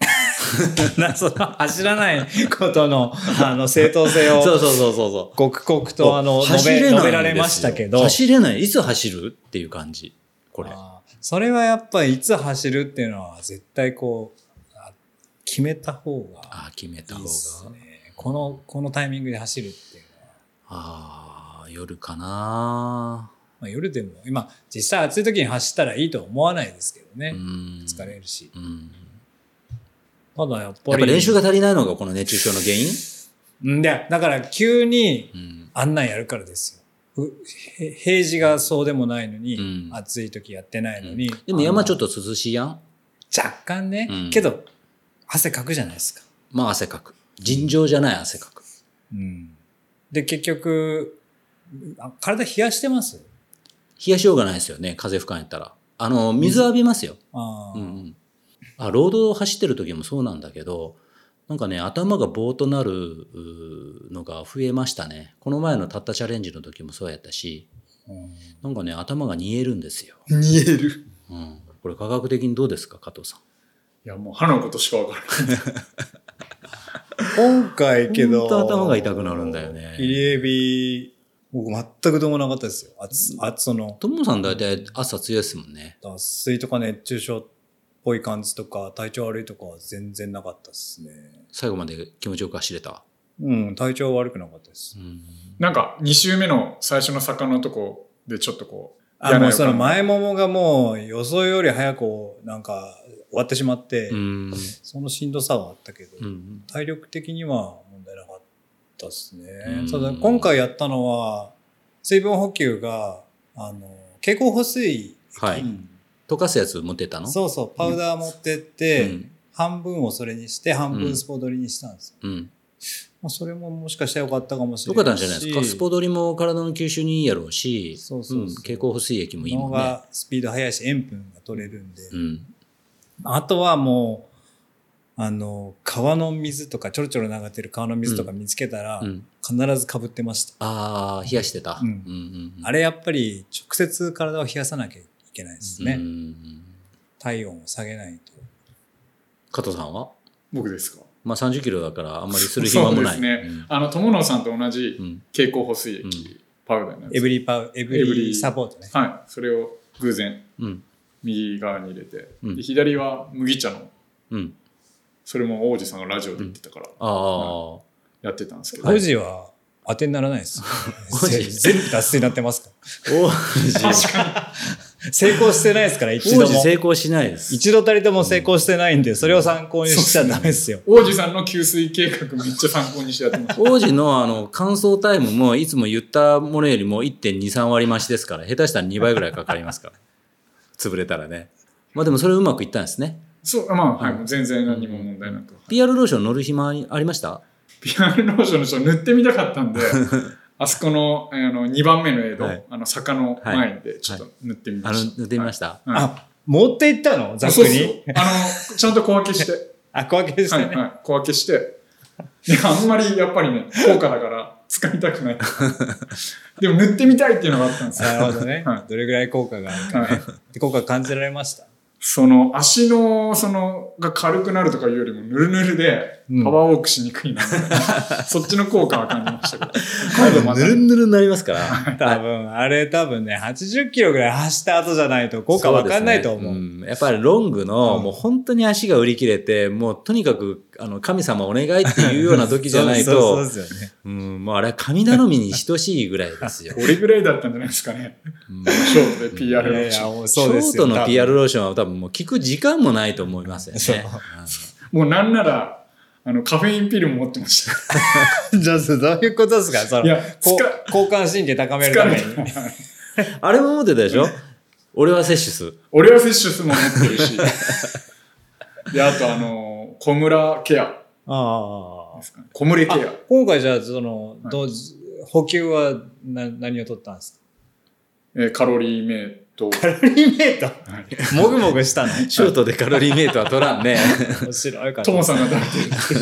なその走らないこと のあの正当性を
そうそうそうそ
刻々とあの述
走
べ
れないんですよ
述べられましたけど、
走れない。いつ走るっていう感じ。これ。
あーそれはやっぱいつ走るっていうのは絶対こうあ決めた方が
ああ、決めた
いい
方が。
ですね。このこのタイミングで走るっていうのは、
ああ、夜かな。
まあ、夜でも今実際暑い時に走ったらいいとは思わないですけどね、
うん。
疲れるし
うん。
ただやっぱり
やっぱ練習が足りないのがこの熱中症の原因
うんでだから急に
うん。
あんなんやるからですようへ平時がそうでもないのに、
うん
暑い時やってないのに、
でも山ちょっ
と
と涼しいやん。
若干ね、
うん
けど汗かくじゃないですか
まあ汗かく。尋常じゃない汗かく。
うんで、結局、あ体冷やしてます
冷やしようがないですよね、風吹かんやったら。あの、水浴びますよ。
あ
う
あ、
んうん。あ、ロードを走ってる時もそうなんだけど、なんかね、頭が棒となるうーのが増えましたね。この前のたったチャレンジの時もそうやったし、なんかね、頭が煮えるんですよ。
煮える。
うん。これ科学的にどうですか、加藤さん。
いや、もう歯のことしかわからない。
今回けど、
ほんと頭が痛くなるんだよね
入江日僕全くどうもなかったですよ。暑、あその、
トモさん大体朝強いですもんね。
脱水とか熱中症っぽい感じとか、体調悪いとかは全然なかったですね。
最後まで気持ちよく走れた。
うん、体調悪くなかったです
う。ん。
なんか、2周目の最初の坂のとこでちょっとこう、
あ
嫌な
もう
予
その
感
前ももがもう予想より早くなんか終わってしまって、
うん。
そのしんどさはあったけど、
うん。
体力的には問題なかったですね。
うん
ただ今回やったのは、水分補給が、あの、蛍光補水、
はい。溶かすやつ持ってったの
そうそう、パウダー持ってっ
う
て、
ん。半
半分をそれにして、半分スポドリにしたんです
う
よ。
ん。
まあ、それももしかしたらよかったかもし
溶
れ
か
ないし。
ったんじゃないですか。スポドリも体の吸収にいいやろうし、
そうそうそう
うん蛍光補水液もいいも
脳
んね。
がスピード速いし、塩分が取れるんで。
うん。
あとはもう、あの、川の水とか、ちょろちょろ流れてる川の水とか見つけたら
う、ん。
必ず被ってました。
ああ、冷やしてた。
うん
んうん
あれやっぱり直接体を冷やさなきゃいけないですね。
うん
体温を下げないと。
加藤さんは
僕ですか
まあ30キロだからあんまりする暇もない。
そうですね。あの、友野さんと同じ
うん
蛍光補水
う
液、
ん
パウダーのやつ。
エブリパウ、エブ
エブリ
リサポートね。
はい。それを偶然
うん
右側に入れて、
うん
で左は麦茶の、
うん。
それも王子さんのラジオで言ってたから
ああ、
やってたんですけど。
5時は当てにならないです。
5時
ぜ全部脱水になってますか
王
確かに。
ら。成功してないですから、一度
子
も。
成功しないです。
一度たりとも成功してないんで、それを参考にしちゃダメですよ。
王子さんの給水計画めっちゃ参考にしてやってま した。
王子のあの乾燥タイムもいつも言ったものよりも1.23割増しですから下手したら2倍ぐらいかかりますから 潰れたらねまあでもそれうまくいったんですね
そう、まあ、はい、もう全然何も問題なく。
PR ローション乗る暇ありました
ピアノローションの人塗ってみたかったんで、あそこのあの2番目の江戸、
はい
あの坂の前でちょっと塗ってみ
あ
ま
の
した。
塗ってみま
し
した、
はい
あ、持って行ったのざ
た
っく
そうそう
に。
あの、ちゃんと小分けして、
あ、小分けして
は
ね。
いはい、小分けして、であんまりやっぱりね、高価だから使いたく ない。でも塗ってみたいっていうのがあったんですよ。
なるほどね、
はい
どれぐらい効果があるか。
はい
効果感じられました。
その足の、その、が軽くなるとかいうよりも、ぬるぬるで
うん、
パワーウォークしにく いな、みたいな。そっちの効果は感じましたけど。今度また、
ぬるぬるになりますから
多分、あれ多分ね、80キロぐらい走った後じゃないと効果わかんないと思う。
そですねんやっぱりロングの、
うん
もう本当に足が売り切れてもうとにかくあの神様お願いっていうような時じゃない
そう
と
そうそうですよね。
うんもうあれは神頼みに等しいぐらいですよ
これぐらいだったんじゃないですかね。
うん
ショートで PR
いや
の
いや、もう
ショ
そうです
ー
よ。
トの PR
多分
ローションは多分もう聞く時間もないと思いますよ
そう
ね。
もうなんなら、あの、カフェインピルも持ってました。
じゃあ、そうどういうことですかその
いや
こ
疲
交感神経高めるた
疲
め
れ
に。
た。
うんあれも持ってたでしょ俺は摂取する。
俺は摂取スも持って るし。で、あとあの、小村ケア
あ
ですかね。小村ケ
あ。あ
ア。
今回じゃあ、その、
はい
どう補給はな何を取ったんです
えーカロリーメイト。
かカロリーメイト
はい
もぐもぐした の
ショートでカロリーメイトは取らんね。
面白いから。
トモさんが食べてる。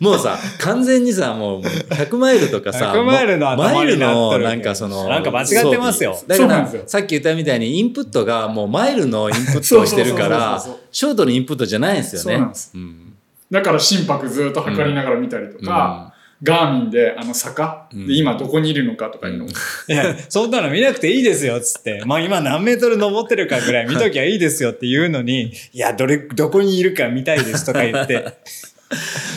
もうさ、完全にさ、もう100マイルとか さ、
100マイルの頭になってる
マイルのなんかその、
なんか間違ってますよ
装備だ
そう
か
なんです
ら
よ
さっき言ったみたいにインプットがもうマイルのインプットをしてるから
そうそうそうそうそう、
ショートのインプットじゃないんですよね。
そうなんです
うん
だから心拍ずっと測りながら見たりとか、ガーミンであの坂
うん
で今どこにいるのかとかいうのを
いや、そんなの見なくていいですよ、つって。まあ今何メートル登ってるかぐらい見ときゃいいですよって言うのに、いや、どれ、どこにいるか見たいですとか 言って。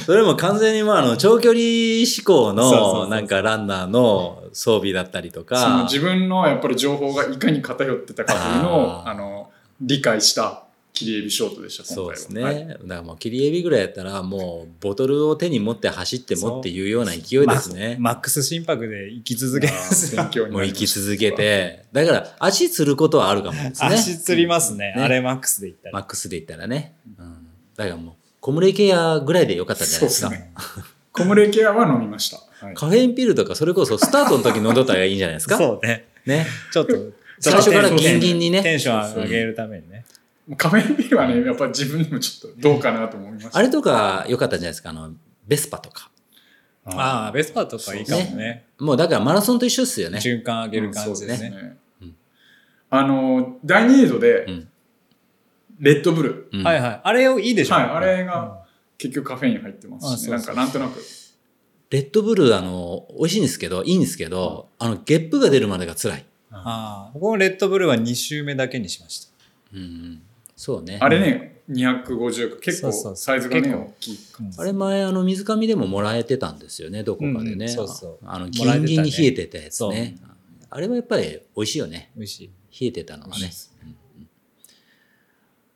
それも完全にまああの長距離志向
そうそうそうそ
の
う
なんかランナーの装備だったりと
その
か
自分のやっぱり情報がいかに偏ってたかというの
あ
を
ー
あの理解した切りエビショートでした今回
そう
は
ですね、
はい
だからもう切りエビぐらいやったらもうボトルを手に持って走ってもっていうような勢いですね、
ママックス心拍で生き続けますよ
勉。強に
も
な
う
り
行
ま
き
した
続けてだから足つることはあるかもですね
足つりますね。
ね
あれマックスで言った
マ
ら。
ックスで言ったらね、うん、だからもう小室ケアぐらいでよかったんじゃないですか
そうですね小室ケアは飲みました、はい
カフェインピルとかそれこそスタートの時に飲んどったらいいんじゃないですか
そうね。
ね
ちょっと、
最初から
ちょっとテンション
ギンギンにね
テンション上げるためにね。
もうカフェインビールはねやっぱり自分でもちょっとどうかなと思いました
あれとかよかったんじゃないですかあのベスパとか
ああ、ベスパーとかいいかもね。
もうだからマラソンと一緒ですよね
瞬間上げる
うんそ
感
う
じですね。
うん
あの第2エイドで、
うん
レッドブル
うん
はいはい。あれをいいでしょ
はいあれが結局カフェイン入ってますし、ね
あそう
なん
そ
か
う
なんとなく
レッドブル、あの、美味しいんですけど、いいんですけど、あの、ゲップが出るまでが辛い。
ああ、僕もレッドブルは2周目だけにしました。
うん。そうね。
あれね、250か。結
そうそうそ
構
う
サイズがね、
結構
大きい。
あれ前、あの、水上でももらえてたんですよね、どこかで
うんう
ね。
んそうそう
あの、
も
ギ
らえてた
ン
ね
ギンに冷えてたやつね。あれはやっぱり美味しいよね。
美味しい。
冷えてたのが
美味しい
ね
で。す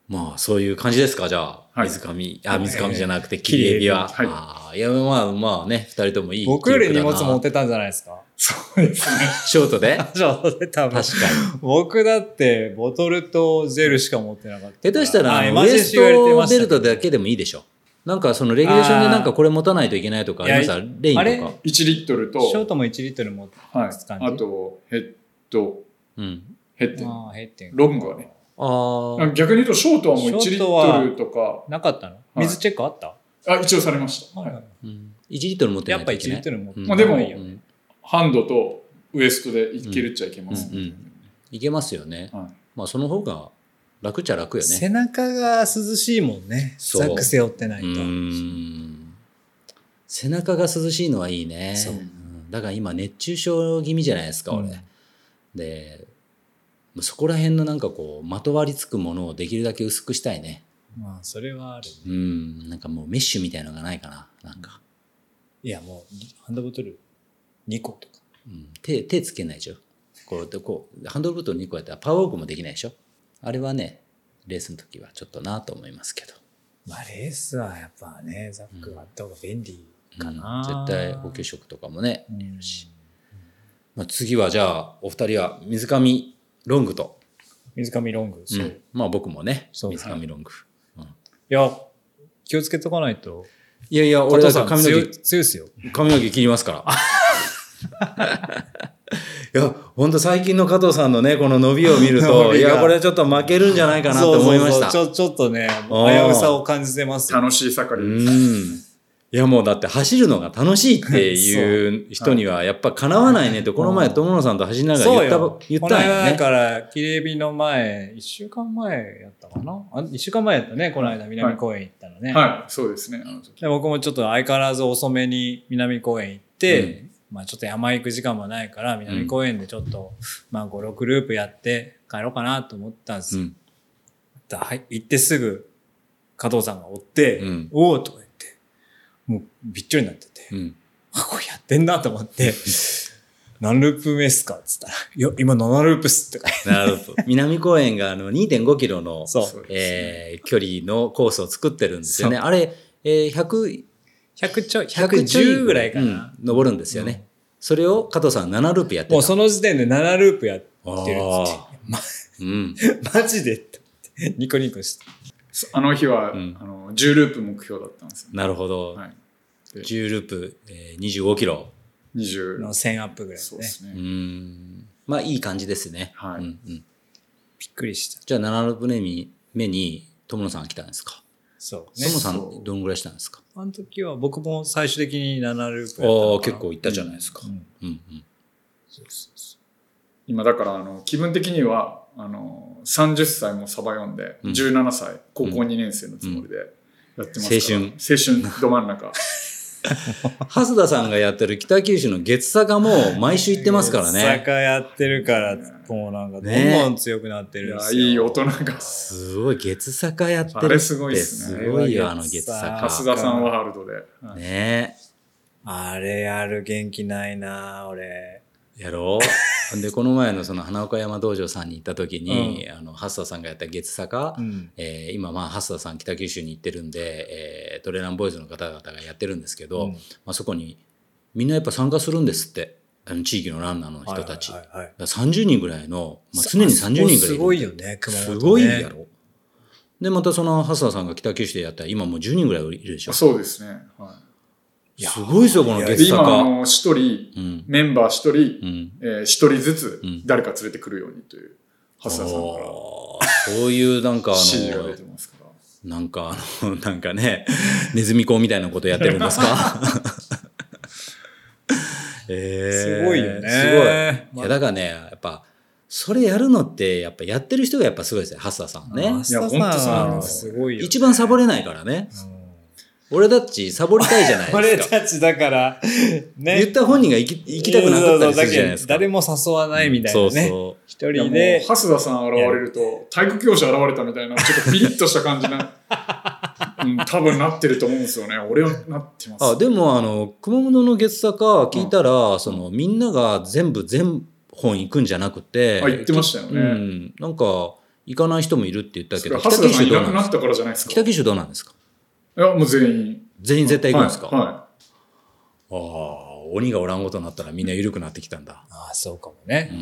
まあ、そういう感じですか、じゃあ。
はい
水上、あ、水上じゃなくて、切
切り
り
絵
絵びは。
はい
あーいや、まあ、まあね、二人ともいい。。
僕より荷物持っててたんじゃないですか。
そうですね。
ショート で確
そうね、
か
多分
に。。
僕だって、ボトルとジェルしか持ってなかった。
下手したら、
あ
あ
エ
の
マ
ウ
ージ
エ
ェン
ス
シー言われてま
ト
した
ベルトだけでもいいでしょ。なんか、そのレギュレーションでなんかこれ持たないといけないとかありました
あ
レイ
あ
ン
れ
とか。
1リットルと、
ショートも1リットル持って
はい。
感じ
あと、ヘッド、
うん。
ヘッド。
ああ、減ってん
ロングはね。
あー
逆に言うと、ショートはもう1
ショ
リッ
ートは
トルとか、
なかったの
い
水チェックあった、
あ、一応されました。はい
うん。1リットル持って
や
な
っ
い
ぱ
とい
1リ
けない。
ットル持って
まあでも
ないいよね。
ハンドとウエストでいけるっちゃいけます。
うんうんいけますよね。
はい
まあ、その方が楽っちゃ楽よね。
背中が涼しいもんね。
そう
ザック背負ってないうと。
ーん背中が涼しいのはいいね
そうん
だから今熱中症気味じゃないですか俺、
うん
でそこら辺のなんかこうまとわりつくものをできるだけ薄くしたいね
まあ、それはあるね。
うんなんかもうメッシュみたいのがないかななんか、
いや、もう、ハンドボトル2個とか。
うん、手手つけないでしょこうやってこうハンドルボトル2個やったらパワーウォークもできないでしょあれはねレースの時はちょっとなと思いますけど
まあ、レースはやっぱね、ザックがあった方が便利か
う
な。
ん絶対補給食とかもね
うん
まあ、次はじゃあお二人は水上ロングと、
水上ロング。そ
う
う。い
んまあ僕もね
そう
水上ロング、
や、気をつけとかないと。
い、やいや
加
俺だ
藤
って
さん
髪の
強い、
毛
強いですよ。
髪の毛切りますから いや本当最近の加藤さんのねこ の伸びを見る
伸
とい
びが
やこれはちょっと負けるんじゃないかなと思いました
そうそうそうちょちょっとね、
ー
危うさを感じてますよ。
楽しい盛り。
うんいやもうだって走るのが楽しいっていう人にはやっぱかなわないねってこの前友野さんと走りながら
そう
言った
よ
ば。言っ
この
たん
間
よ
だ
ね。
から、切れ日の前、一週間前やったかなあ一週間前やったね、この間南公園行ったのね。
はい、そうですね。あの時
で僕もちょっと相変わらず遅めに南公園行って、まあちょっと山行く時間もないから、南公園でちょっと、まあ5、6ループやって帰ろうかなと思ったんです
う
よ。
ん
だはい、行ってすぐ、加藤さんが追って、
うん
おおとか言って、もうびっちょりになってて、
うん
あ、これやってんなと思 って、何ループ目っすかっつったら、いや、今7ループっすって書いて
なる ほど。南公園があの2.5キロの、
そう
そうですね
えー距離のコースを作ってるんですよね。
そ
あれ、えー、100、
100ちょい、
100ちょい
110ぐらいかな。
うん登るんですよね。それを加藤さん7ループやってた。
もうその時点で7ループやってるっつって
あ うん。
マジでって言ってニコニコして。
あの日は、
うん
あの10ループ目標だったんですよ、
なるほど。
はい、
10ループ、えー、25キロ。
20
の1000アップぐらい
そ
で
う
ね
で。すね、
うん。まあいい感じですね。
は
うん
い
うん、
びっくりした。
じゃあ7ループ目に、目に友野さんが来たんですか。
そうね
友。野さ
そ
ん
う
どんぐらいしたんですか
あの時は僕も最終的に7ループ
あ
やったのかな。
あ、結構行ったじゃないですか。
うん
うんうん。
そうそうそ
今だからあの気分的にはあの30歳もサバ読んで、
うん
17歳高校2年生のつもりでやってますから、
青春
青春ど真 ん中
蓮田さんがやってる北九州の月坂も毎週行ってますから
う。坂
ね。
やってるから、もうなんかどんどん強くなって
い
るんで
や
すよ。
いい大人が
すごい、月坂やってるって。
あれすごいっすね
すごいよ、あの月坂。
蓮田さんワールドで、はい
ね
あれやる元気ないな俺。
え。やろう。 で、この前のその花岡山道場さんに行った時に、あの、蓮田さんがやった月坂、
うん。
えー今、まあ、蓮田さん北九州に行ってるんで、えートレーランボーイズの方々がやってるんですけど、
うん
まあ、そこに、みんなやっぱ参加するんですって。あの地域のランナーの人たち。
はいはいはい
だから30人ぐらいの、まあ、常に30人ぐらいいるんだよ
すごいよね、熊本、ね。
すごいや。ろ。で、またその、ハスさんが北九州でやったら、今もう10人ぐらいいるでしょ。す
そうですね、は
ごいですよ、この
い、
月
で今あ
坂。
の一人
うん。
メンバー一人、
うん。
えー、一人ずつ
うん
誰か連れてくるようにという蓮田さんから
おーそういう、なんか、あ
指示が出
の
て、ますから
なんか、あの、なんかね、ネズミ講みたいなことやってるんです かえー
すごいよね。
すごい。いや、だからね、やっぱ、それやるのって、やっぱやってる人がやっぱすごいですよ、ハスさんね。
いや、
いや本当そうなん
本
で
当
す
す
よ
ごいよ、
一番サボ
れ、
れないからね。
うん
俺たちサボりたいじゃない
俺
ですか。
たちだから、ね。
言った本人が行き行きたくなかったりするじゃないですか。
そうそうだけど誰も誘わないみたいな
そう
ね。
そ
一
いや
人
もう
で。
蓮田さん現れると体育教師現れたみたいなちょっとピリッとした感じな、 うん、多分なってると思うんですよね俺はなってます
う。あ、でも、あの、熊本の月坂聞いたら、その、みんなが全部、全本行くんじゃなくて。
あ言ってましたよね
うん。なんか、行かない人もいるって言った
そ
け
れ
ど、
は
北
蓮
九
田さん
州
い
どう
な
な
く
んです
な
か
ったからじゃないですか
北九州どうなんですか
いやもう全員
全員絶対行くんですか、
はい、は
ああ、鬼がおらんことになったらみんな緩くなってきたんだ。
ああ、そうかも
う
ね。
ん。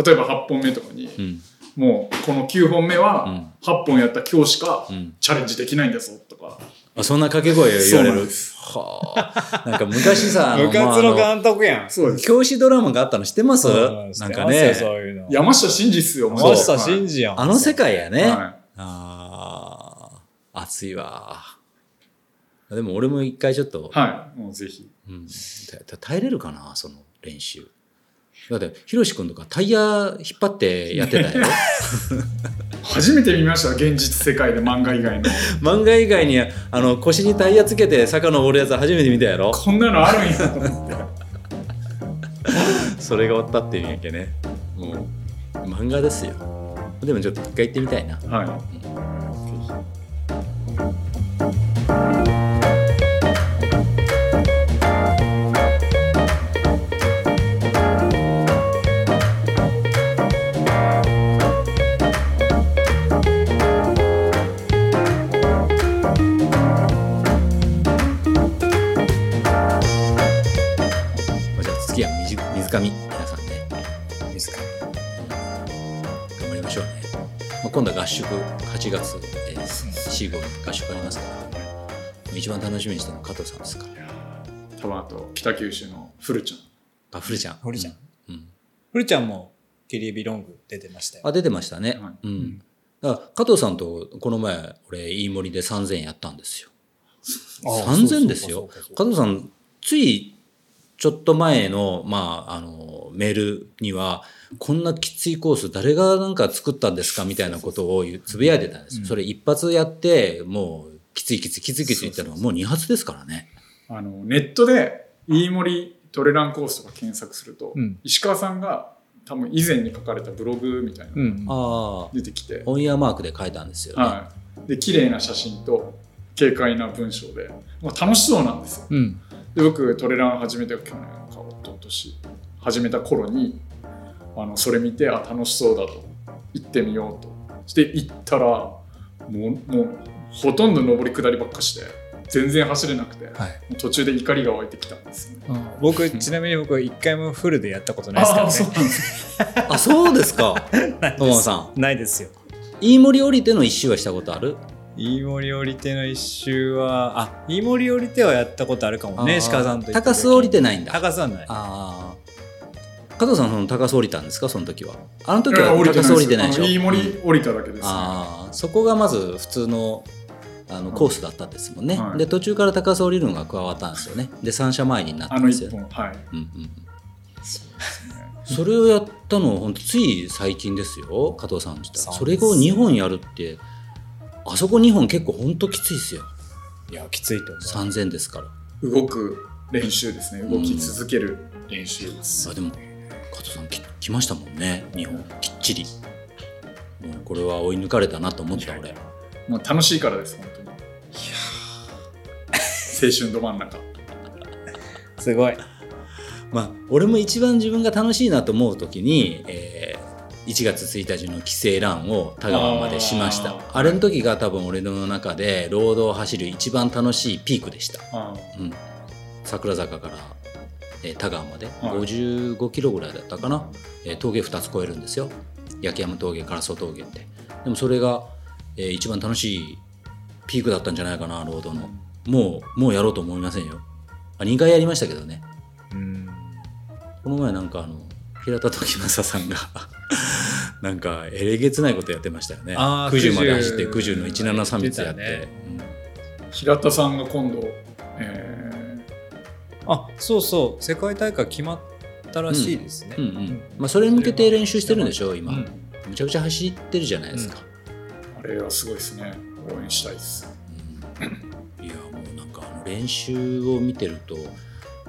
い例えば8本目とかに、
うん。
もうこの9本目は8本やった今日しか
うん
チャレンジできないんだぞとか、
あそんな掛け声を言われ
そうなん
る。はあ。なんか昔 さ、あ
部
まあ
活
あ
の監督やん。
そうです
教師ドラマがあったの知ってます
そう
なんかね。
そういうの。
山下真司っすよ
山下
はい
真司やん。
あの世界やね。
は
ああ、熱いわ。でも俺も一回ちょっと、
い、はい、もうぜひ
うん、た耐えれるかな、その練習。だって、ひろし君とかタイヤ引っ張ってやってた よ。
初めて見ました現実世界で漫画以外の
漫画以外に、あの、腰にタイヤつけて坂登るやつ初めて見たやろ。
こんなのあるんやと思って
それが終わったっていうんやけね。もう、漫画ですよ。でもちょっと一回行ってみたいな。
はい
じゃあ次は水水上皆さんね
自ら
頑張りましょうね、まあ、今度は合宿8月で4号に合宿ありますから一番楽しみにしてるのは加藤さんですから
多分あと北九州のフルちゃん
あフルちゃん
フルちゃん、
うんうん
フルちゃんもキリエビロング出てましたよ。
あ出てましたね、
はい
うんだから加藤さんとこの前俺飯森で3000やったんですよ3000ですよ加藤さんついちょっと前の,、まあ、あのメールにはこんなきついコース誰がなんか作ったんですかみたいなことを言うつぶやいてたんですよ、
うん
それ一発やってもうきついきついきついきついって言ったのはもう二発ですからね
あのネットで飯森トレランコースとか検索すると、
うん
石川さんが多分以前に書かれたブログみたいな
う
のが
ん。
ああ
出てきて、
オンイヤーマークで書いたんですよね、
はい、で綺麗な写真と軽快な文章で、まあ、楽しそうなんですよ
うん。
で僕トレラン始めて去年か一昨年始めた頃にあのそれ見てあ楽しそうだと行ってみようとして行ったらもうもうほとんど上り下りばっかして全然走れなくて、
はい
途中で怒りが湧いてきたんですよね。
僕、ちなみに僕、一回もフルでやったことないですか
あ
ら
あそ
ね。
うな
あそ
んです
うですか友野さん
ないですよ。
飯森降りての一周はしたことある
飯森降り手の一周は、あ、飯森降り手はやったことあるかもね、
あー
石川さんと行った時。
高須降りてないんだ
高須はない。
ああ加藤さんその高須降りたんですかその時はあの時
い
は
や
高須降りてないで
で
すしょ
あの飯森降りただけです、ね
ああそこがまず普通のあのコースだったんですもんね、
はい
で途中から高さ降りるのが加わったんですよねで三者前になった
あ
ん
の
です
一
よ、
本はい
うんうん、それをやったのほんとつい最近ですよ加藤さん自体
そうです
それを2本やるってあそこ2本結構ほんときついですよ
いや、きついと思う。
3000ですから
動く練習ですね動き続ける練習です、
あでも加藤さんき来ましたもんね2本きっちりもうこれは追い抜かれたなと思った俺
もう楽しいからです本当に青春ど真ん中
すごい。
まあ、俺も一番自分が楽しいなと思う時に、えー1月1日の帰省ランを田川までしました
あ
あれの時が多分俺の中でロードを走る一番楽しいピークでした、
あ
うん、桜坂から、えー田川まで
い
55キロぐらいだったかな、えー峠2つ越えるんですよ焼山峠から曽峠ってでもそれが、えー一番楽しいピークだったんじゃないかなロードのもうもうやろうと思いませんよあ2回やりましたけどね
うん。
この前なんかあの平田時正さんが なんかえれげつないことやってましたよね
あー
九十まで走って
90
90の17三密やって
言って
平田さんが今度、え
あ、そうそう。世界大会決まったらしいですね
う。んうんうんまあ、それに向けて練習してるんでしょ今、
うん
むちゃくちゃ走ってるじゃないですか、
ーあれはすごいですね応援したいです
うんいやもうなんかあの練習を見てると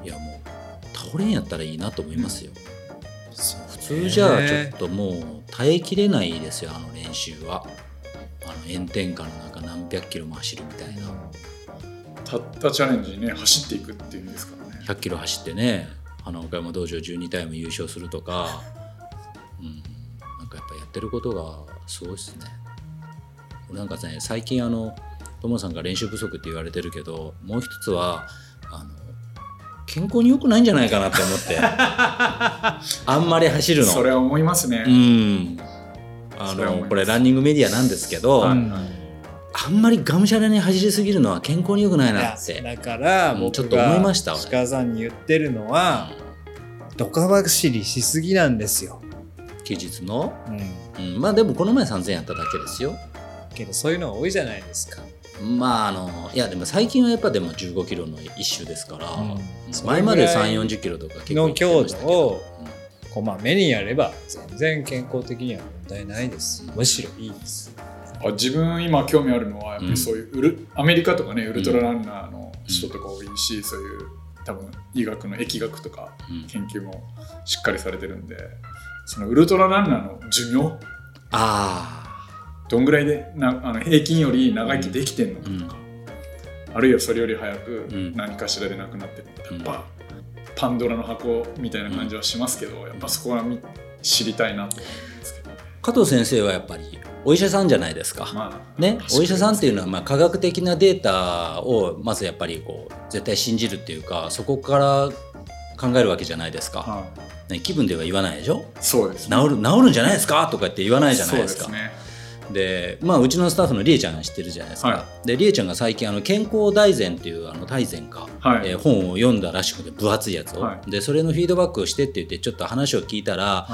いやもう倒れんやったらいいなと思いますよ、普通じゃあちょっともう耐えきれないですよあの練習はあの炎天下の中何百キロも走るみたいな
たったチャレンジにね走っていくっていうんですからね
100キロ走ってねあの岡山道場12タイム優勝するとか、うん、なんかやっぱやってることがすごいっすね俺なんかね最近あの友野さんが練習不足って言われてるけどもう一つはあの健康に良くないんじゃないかなって思って あんまり走るの
それは思いますね、
うんあ
それは思
の
います
これランニングメディアなんですけど、
はい
あんまりがむしゃらに走りすぎるのは健康に良くない
い
な
や
って
だから
うん
僕が
ちょっと思いました俺
鹿さんに言ってるのはドカ走りしすぎなんですよ、
休日の、
うん、
うん、まあでもこの前3000やっただけですよ
けどそういうのが多いじゃないですか、
まああのいやでも最近はやっぱでも1 5キロの一種ですから、
うん
前まで
それ
3
ぐら
4
い
0キロとか結構行
の
って
強
まし
度
たけど
をこまめにやれば全然健康的には問題ないですむしろいいです
あ自分今興味あるのはやっぱりそういうウル、アメリカとかねウルトラランナーの人とか多いし、そういう多分医学の疫学とか
うん
研究もしっかりされてるんでそのウルトラランナーの寿命
あ
どんぐらいでなあの平均より長生きできてんのか
あ、う、ん、
あるいはそれより早く
うん
何かしらで亡くなってる
うん
やっぱパンドラの箱みたいな感じはしますけどやっぱそこはみ知りたいなと思うんですけど、
加藤先生はやっぱりお医者さんじゃないですか、
まあ
ね
確、かに
お医者さんっていうのはまあ科学的なデータをまずやっぱりこう絶対信じるっていうかそこから考えるわけじゃないですか、
はい
ね、気分では言わないでしょ
そうです
治る治るんじゃないですかとかって言わないじゃないですか
そうですね
で、まあ、うちのスタッフのりえちゃん知ってるじゃないですか、
は
でりえちゃんが最近あの「健康大全」っていうあの大全か、
はい
えー本を読んだらしくて分厚いやつを、
は
でそれのフィードバックをしてって言ってちょっと話を聞いたら、
は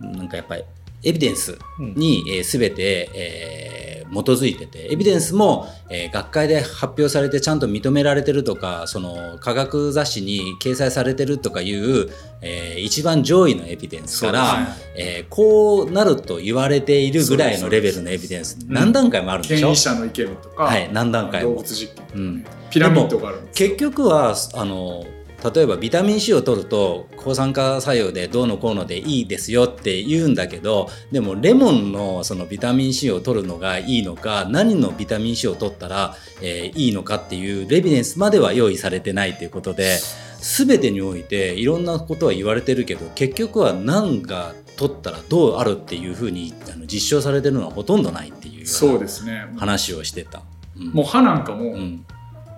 い
なんかやっぱりエビデンス
うん
に、えー全て、えー基づいててエビデンスも、えー学会で発表されてちゃんと認められてるとかその科学雑誌に掲載されてるとかいう、えー一番上位のエビデンスから、
そうですね
えーこうなると言われているぐらいのレベルのエビデンス何段階もあるんでし
権
ょ、
威者の意見とか、
はい何段階も
動物実験とかね、
うん
ピラミッドがあるんですよ
結局はあの例えばビタミン C を取ると抗酸化作用でどうのこうのでいいですよって言うんだけどでもレモンのそのビタミン C を取るのがいいのか何のビタミン C を取ったら、えーいいのかっていうレビデンスまでは用意されてないということで全てにおいていろんなことは言われてるけど結局は何が取ったらどうあるっていうふうにあの実証されてるのはほとんどないっていうような
そうですねも
話をしてた。うん
うもう歯なんかも,、
うん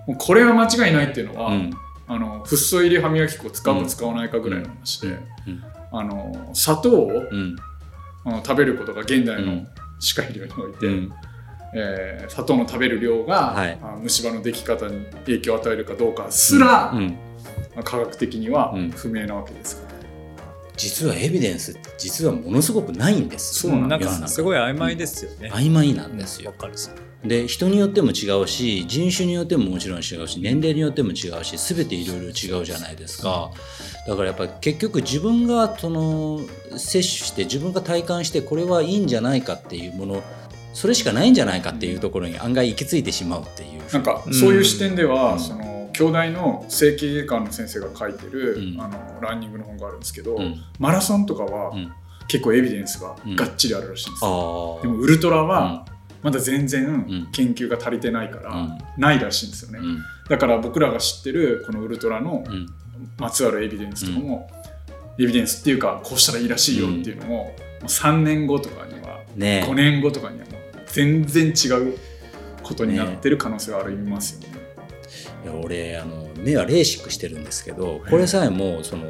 もうこれは間違いないっていうのは、
うん
あのフッ素入り歯磨き粉使う
うん
か使わないかぐらいの話で、
うん
あの砂糖を、
うん
あの食べることが現代
う
の
ん
歯科医療において、
うん
えー砂糖の食べる量が、
はい
あ虫歯のでき方に影響を与えるかどうかすら、
うん
まあ科学的には
うん
不明なわけですから、
実はエビデンスって実はものすごくないんです
そうなん
な
だ
んかすごい曖昧ですよね、
曖昧なんですよ
わかるっす
で人によっても違うし人種によってももちろん違うし年齢によっても違うし全ていろいろ違うじゃないですかだからやっぱり結局自分がその摂取して自分が体感してこれはいいんじゃないかっていうものそれしかないんじゃないかっていうところに案外行き着いてしまうっていう。
なんかそういう視点では、
うん
その京大の整形外科の先生が書いてる、
うん
あのランニングの本があるんですけど、
うん
マラソンとかは、
うん
結構エビデンスが
うん
がっちりあるらしいんです
あ
よ、
ー
でもウルトラは
う
まだ全
ん
然研究が足りてないから、
うん
ないらしいんですよね、
ん
だから僕らが知ってるこのウルトラの
うん
まつわるエビデンスとかも、エビデンスっていうかこうしたらいいらしいよっていうのも,、もう3年後とかには
ね
5年後とかにはもう全然違うことになってる可能性はありますよね。
いや俺あの目はレーシックしてるんですけどこれさえもその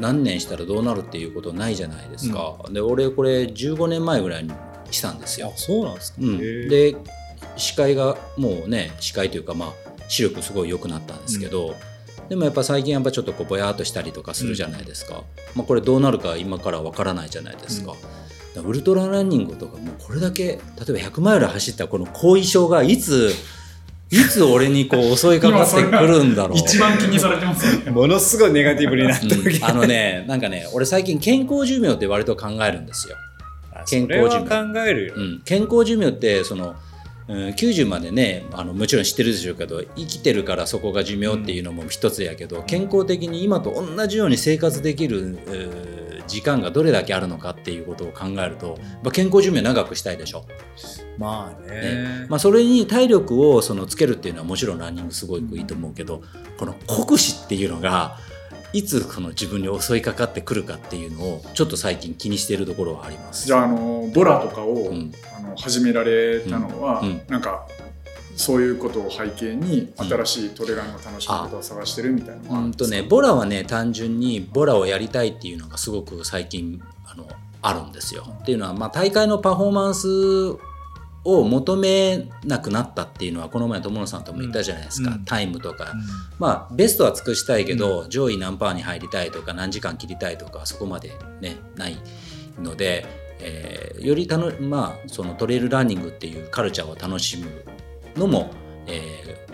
何年したらどうなるっていうことないじゃないですか、で俺これ15年前ぐらいにしたんです
あ
よ、
そうなんですか、
うん、
へえ
で視界がもうね視界というかまあ視力すごい良くなったんですけど、でもやっぱ最近やっぱちょっとこうぼやーっとしたりとかするじゃないですか、まあ、これどうなるか今からわからないじゃないですか,、
うん
だからウルトラランニングとかもうこれだけ例えば100マイル走ったこの後遺症がい ついつ俺にこう襲いかかってくるんだろう
一番気にされてますよ ね。
ものすごいネガティブになった時、
うんあのねなんかね俺最近健康寿命って割と考えるんですよ、
あ
健
そ
康
れは
寿命
考えるよ、
うん、健康寿命ってそのうん、90までねあのもちろん知ってるでしょうけど生きてるからそこが寿命っていうのも一つやけど、健康的に今と同じように生活できる、えー時間がどれだけあるのかっていうことを考えると、まあ、健康寿命長くしたいでしょ、
まあね。
まあ、それに体力をそのつけるっていうのはもちろんランニングすごくいいと思うけどこの酷使っていうのがいつこの自分に襲いかかってくるかっていうのをちょっと最近気にしているところはあります。
じゃあ、あの、ボラとかを、
うん
あの始められたのは、
うんうん
なんか、そういうことを背景に、
うん
新しいトレランの楽しいことを探してるみたいなのがあ
う
る
んん
で
と
すか
ね、ボラはね単純にボラをやりたいっていうのがすごく最近あのあるんですよ。っていうのは、まあ、大会のパフォーマンスを求めなくなったっていうのはこの前友野さんとも言ったじゃないですか、
うん
タイムとか、まあ、ベストは尽くしたいけど、上位何パーに入りたいとか何時間切りたいとかそこまで、ね、ないので、えーより楽、まあ、そのトレイルランニングっていうカルチャーを楽しむのも、えー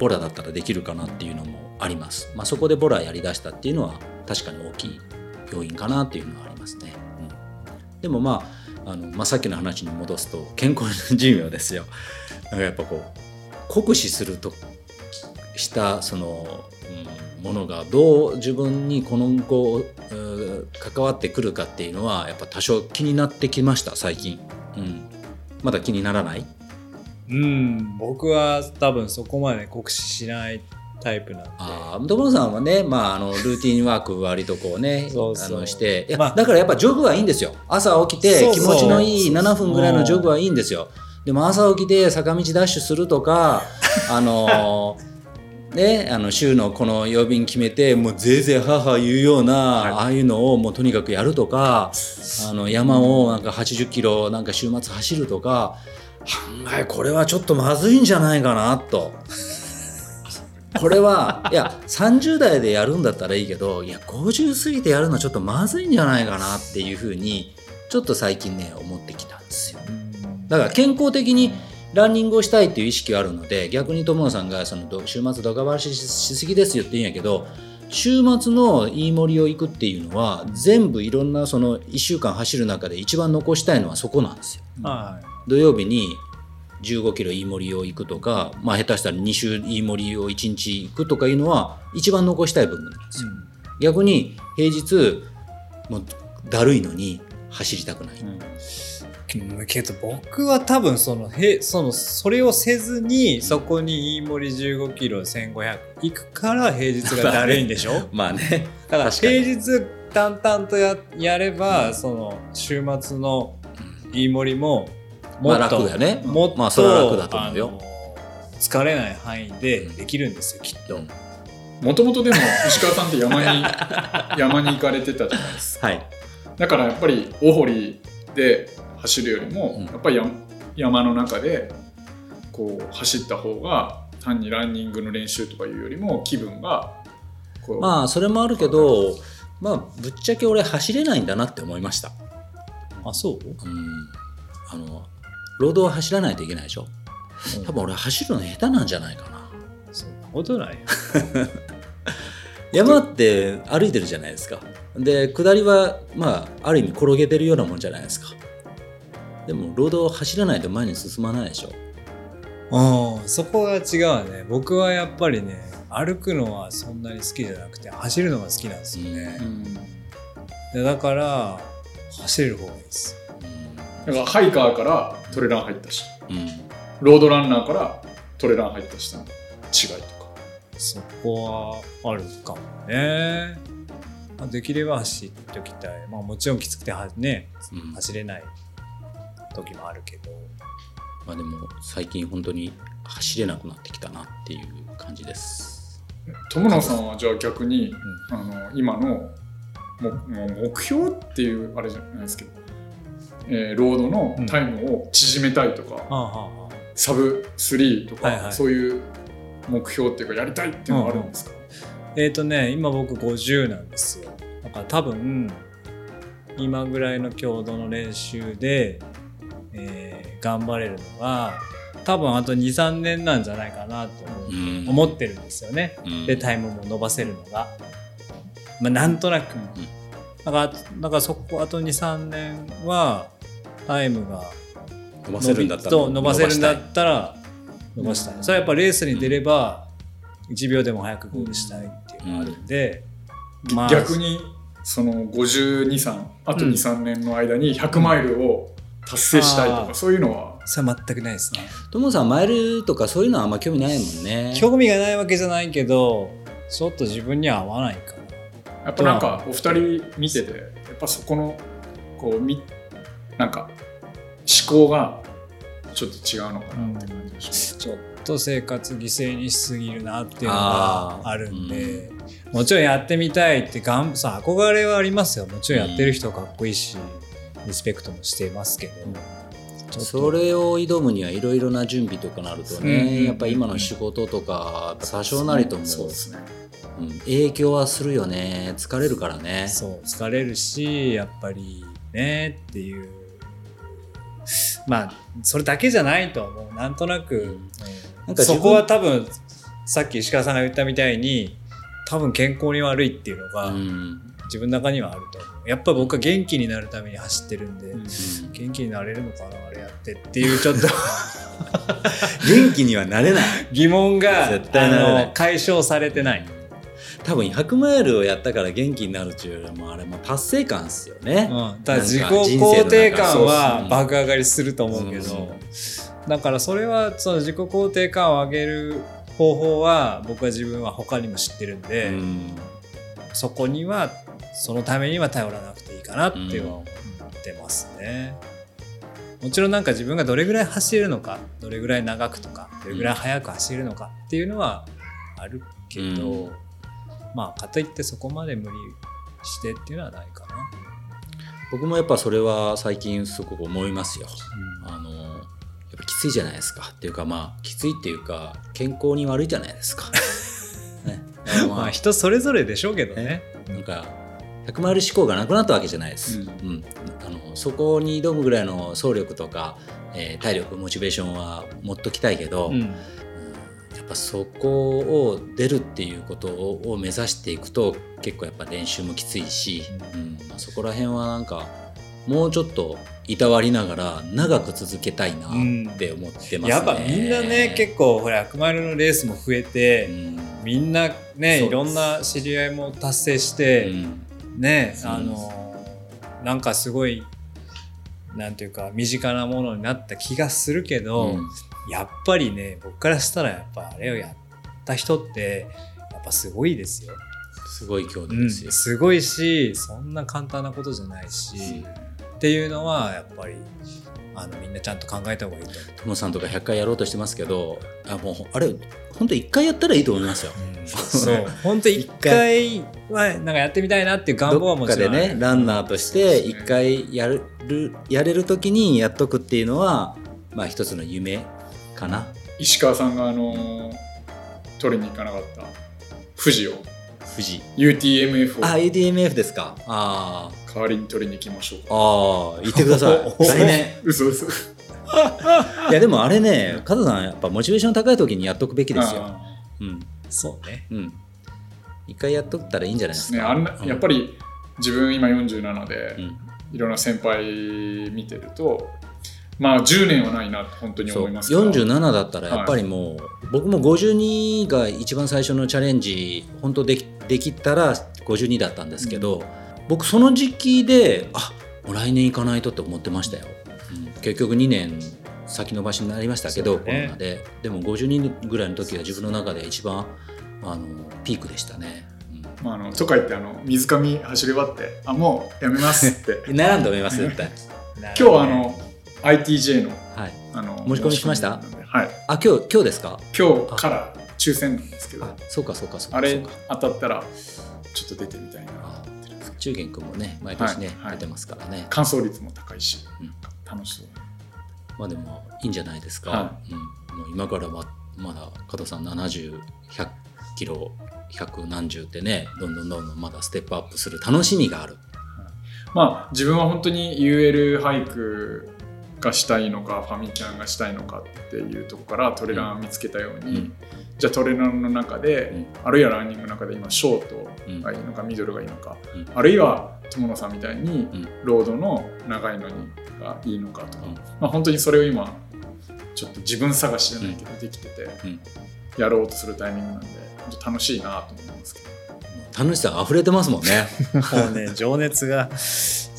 ボラだったらできるかなっていうのもあります、まあ、そこでボラやりだしたっていうのは確かに大きい要因かなっていうのはありますね、うんでもまああの、まあ、さっきの話に戻すと健康の寿命ですよなんかやっぱこう酷使するとしたその、うんものがどう自分にこの後、うん関わってくるかっていうのはやっぱ多少気になってきました最近、うん、まだ気にならない
うん、僕は多分そこまで酷使しないタイプなんで。
あー友野さんはね、まあ、あのルーティンワーク割とこうね
そうそう
あのしていや、
まあ
だからやっぱジョグはいいんですよ朝起きて
そう
気
そう
持ちのいい
そうそう
7分ぐらいのジョグはいいんですよでも朝起きて坂道ダッシュすると かあのね、あの週のこの曜日に決めてもうぜいぜい母言うような、ああいうのをもうとにかくやるとかあの山をなんか80キロなんか週末走るとか案外これはちょっとまずいんじゃないかなとこれはいや30代でやるんだったらいいけどいや50過ぎてやるのはちょっとまずいんじゃないかなっていうふうにちょっと最近ね思ってきたんですよ。
うん
だから健康的にランニングをしたいっていう意識はあるので逆に友野さんがそのど週末ドカバししすぎですよって言うんやけど週末の飯盛りを行くっていうのは全部いろんなその1週間走る中で一番残したいのはそこなんですよ。
は
土曜日に15キロ飯盛りを行くとか、まあ、下手したら2週飯盛りを1日行くとかいうのは一番残したい部分なんです
い。
よ逆に平日もうだるいのに走りたくない、
うん
うんけど僕は多分そのへそのそれをせずにそこに飯盛り1 5キロ1 5 0 0行くから平日がだるいんでしょ
まあね
だか ら
確かに
平日淡々とややれば、その週末の飯盛りもも
まあ
っと、
楽だよね
もっと、
まあそれは楽だと思うよ
あの疲れない範囲でできるんですよきっと。
もともとでも石川さんって山 に山に行かれてたじゃないです
はい
かだからやっぱり大堀で走るよりも、
うん
やっぱり山山の中でこう走った方が単にランニングの練習とかいうよりも気分がこう、
まあそれもあるけどまあぶっちゃけ俺走れないんだなって思いました
あそう
うんあのロードを走らないといけないでしょ多分俺走るの下手なんじゃないかな
そんなことないよ。
山って歩いてるじゃないですかで下りはまあある意味転げてるようなもんじゃないですかでもロードを走らないと前に進まないでしょ
うん、そこが違うわね。僕はやっぱりね、歩くのはそんなに好きじゃなくて、走るのが好きなんですよね
う。ん
でだから、走れる方がいいです。
だからハイカーからトレラン入ったし
うん、うん
ロードランナーからトレラン入ったしの違いとか
そこはあるかもね。まあできれば走っておきたい。まあもちろんきつくては、ね、
うん
走れない時もあるけど。
まあでも最近本当に走れなくなってきたなっていう感じです
友野さんはじゃあ逆に、あの今のももう目標っていうあれじゃないですけど、えーロードのタイムを縮めたいとか、
はあはあはあ
サブ3とか、
はいはい
そういう目標っていうかやりたいっていうのがあるんですか、
えっ、とね、今僕50なんですよ。だから多分、今ぐらいの強度の練習で、えー頑張れるのが、多分あと2、3年なんじゃないかなって思う
うん
思ってるんですよね。
うん
で、タイムも伸ばせるのが。まあ、なんとなく。だから、だからそこ、あと2、3年は、タイムが
伸ばせるんだったら
そう伸ばせるんだ
伸ばし
ったら伸ばしたいそれはやっぱレースに出れば1秒でも早くゴールしたいっていうのがあるんで、まあ
逆にその523あと
うん
23年の間に100マイルを達成したいと
あ
か
ー
そういうのは
それは全くないですね
たいトモさんマイルとかそういうのはあんま興味ないもんね
興味がないわけじゃないけどちょっと自分には合わないか
やっぱなんかお二人見ててやっぱそこのこうみなんか思考がちょっと違うのかなって感じでし
ちょっと生活犠牲にしすぎるなっていうの
あ
が
ー
あるんで、もちろんやってみたいってがんさ憧れはありますよもちろんやってる人かっこいいし、リスペクトもしてますけど、
うん
ちょっと
それを挑むにはいろいろな準備とかなると
うんうんう
ね
ん
やっぱ今の仕事とか
ょ
多少なりとも
そうですね
うん影響はするよね疲れるからね
そう疲れるしやっぱりねっていうまあそれだけじゃないと思うなんとなく、うん
なんか自
そ
分
こは多分さっき石川さんが言ったみたいに多分健康に悪いっていうのが
うん
自分の中にはあると思うやっぱ僕は元気になるために走ってるんで、
うん
元気になれるのかなあれやってっていうちょっと
元気にはなれない
疑問が
絶対なれない
あの解消されてない、
多分100マイルをやったから元気になるっていうよりもあれも達成感っすよね、
うん、だから自己
なんか人生の中
肯定
そ
感
う
は
そう
爆上がりすると思うけ
うん
どだからそれはその自己肯定感を上げる方法は僕は自分は他にも知ってるんで、
うん
そこにはそのためには頼らなくていいかなっていうのは思ってますね。もちろんなんか自分がどれぐらい走れるのかどれぐらい長くとかどれぐらい速く走れるのかっていうのはあるけど、
うん
まあかといってそこまで無理してっていうのはないかな。
僕もやっぱそれは最近すごく思いますよあのやっぱきついじゃないですかっていうかまあきついっていうか健康に悪いじゃないです かね
ま
ま
あ
あ
人それぞれでしょうけどね。
なんか100マイル思考がなくなったわけじゃないです、
うん
うんあのそこに挑むぐらいの走力とか、えー体力モチベーションは持っときたいけど、
うん
やっぱそこを出るっていうことをを目指していくと結構やっぱ練習もきついし、うんまあ、そこら辺はなんかもうちょっといたわりながら長く続けたいなって思ってますね。
やっぱみんなね結構ほら100マイルのレースも増えて、
うん
みんな
そ
ね
うです
いろんな知り合いも達成して。
うん
ね
そう
あのなんかすごいなんていうか身近なものになった気がするけど、
うん
やっぱりね僕からしたらやっぱあれをやった人ってやっぱすごいですよ。
すごい強
う
度
ん、
ですよ。
すごいしそんな簡単なことじゃないし、っていうのはやっぱりあのみんなちゃんと考えた方がいいと思
トモさんとか100回やろうとしてますけどあもうあれ本当1回やったらいいと思いますよ。
う。そう本当一回はなんかやってみたいなっていう願望は
ど
も
っか
ちろ
で
んある
ねランナーとして
そうですね
一回やるやれる時にやっとくっていうのはまあ一つの夢かな。
石川さんがあのー取りに行かなかった富士を
富士
UTMF を
あ
代
ADMF ですかあー
わりに取りに行きましょうか
あー言ってくださ
お
い来年
嘘嘘
いやでもあれね加藤さんやっぱモチベーション高い時にやっとくべきですよ
あ
うん
そうね。
うん一回やっとったらいいんじゃないで
ー
す
ね
か
あんなやっぱり自分今47で、
うん
いろんな先輩見てるとまあ10年はないなって本当に
そう
思いますけど
47だったらやっぱりもう、僕も52が一番最初のチャレンジ本当できできたら52だったんですけど、僕その時期であもう来年行かないとって思ってましたよ、うん結局2年先延ばしになりましたけど、
そう
コ
だ
ロ
ね
ナででも52ぐらいの時が自分の中で一番あのピークでしたね、
まあ、あのとか言ってあの水上走り終わってあもうやめます って
うん、悩んで思います絶対
今
今日はあの ITJ の
はい
あの
申し込みしました
申込みなんではい
あ今日今日ですか
今日から抽選なんですけど
あ
あ
そうかそうかそうかそ
れ
うか
当たったらちょっと出てみたいな
あ中元君もね毎年ね、
はいはい
出てますからね
乾燥率も高いし、
うん
楽しそう
まあでもいいんじゃないですか、
は
うん、もう今からままだ加藤さん70100キロ100何十ってねどんどんどんどんまだステップアップする楽しみがある、
まあ自分は本当に UL 俳句がしたいのかファミキャンがしたいのかっていうとこからトレラン見つけたように、
うん
じゃあトレランの中で、
うん
あるいはランニングの中で今ショート
うん
がいいのかミドルがいいのか、
うん
あるいは友野さんみたいに
うん
ロードの長いのにがいいのかとか、
うん
まあ、本当にそれを今ちょっと自分探しじゃないけどできてて、
うん
やろうとするタイミングなんで本当楽しいなと思いますけど
楽しさ溢れてますもん ね。
もうね、情熱が、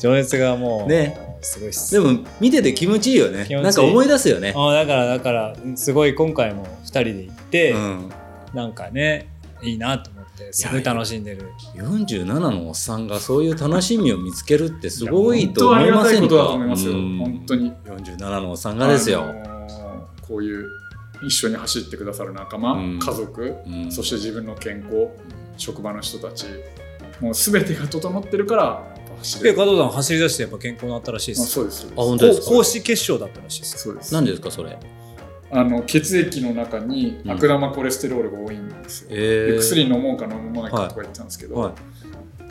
情熱がもう、
ね
すごいっす。
でも見てて気持ちいいよね
気持ちいい
なんか思い出すよね
あだから、だから、すごい今回も2人で行って、
うん
なんかね、いいなと思って、すごい楽しんでる。
47のおっさんがそういう楽しみを見つけるってすごいと思いませんか
いや本当ありがたいことだと思いますよ
うん
本当に
47のおっさんがです
あ
よ、
のーこういう一緒に走ってくださる仲間、
うん
家族、
うん
そして自分の健康職場の人たちもう全てが整ってるからやっぱ走
で、
れる、
加
あ、
藤さん走り出してやっぱ健康になったらしいです
そ
よ。
うですそうです
あ本当ですか
公式決勝だったらしいですよ。
そうです
何ですかそれ
あの血液の中に悪玉コレステロールが多いんですよ、
え
で薬飲もうか飲まないかとか言ってたんですけど、
はい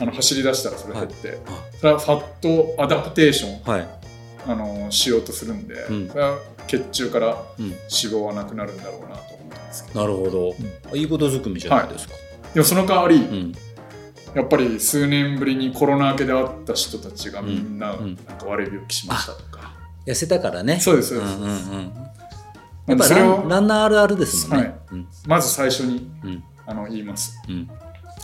あの走り出したらそれ減って、
あ
それはファットアダプテーション
はい、
あのしようとするんで、
うん
それは血中から
うん、
脂肪はなくなるんだろうなと思ったんですけど
なるほど、いいことずくめじゃないですか、
でもその代わり、
うん
やっぱり数年ぶりにコロナ明けで会った人たちがみんな,、
うんうん
なんか悪い病気しましたとか、
痩せたからね
そうですそうです、
んうんうん
な
や
ん
っ
で
ぱ
それ
ラ
を
ンランナーあるあるですもんね、
はい
うん
まず最初に
うん
あの言います
うん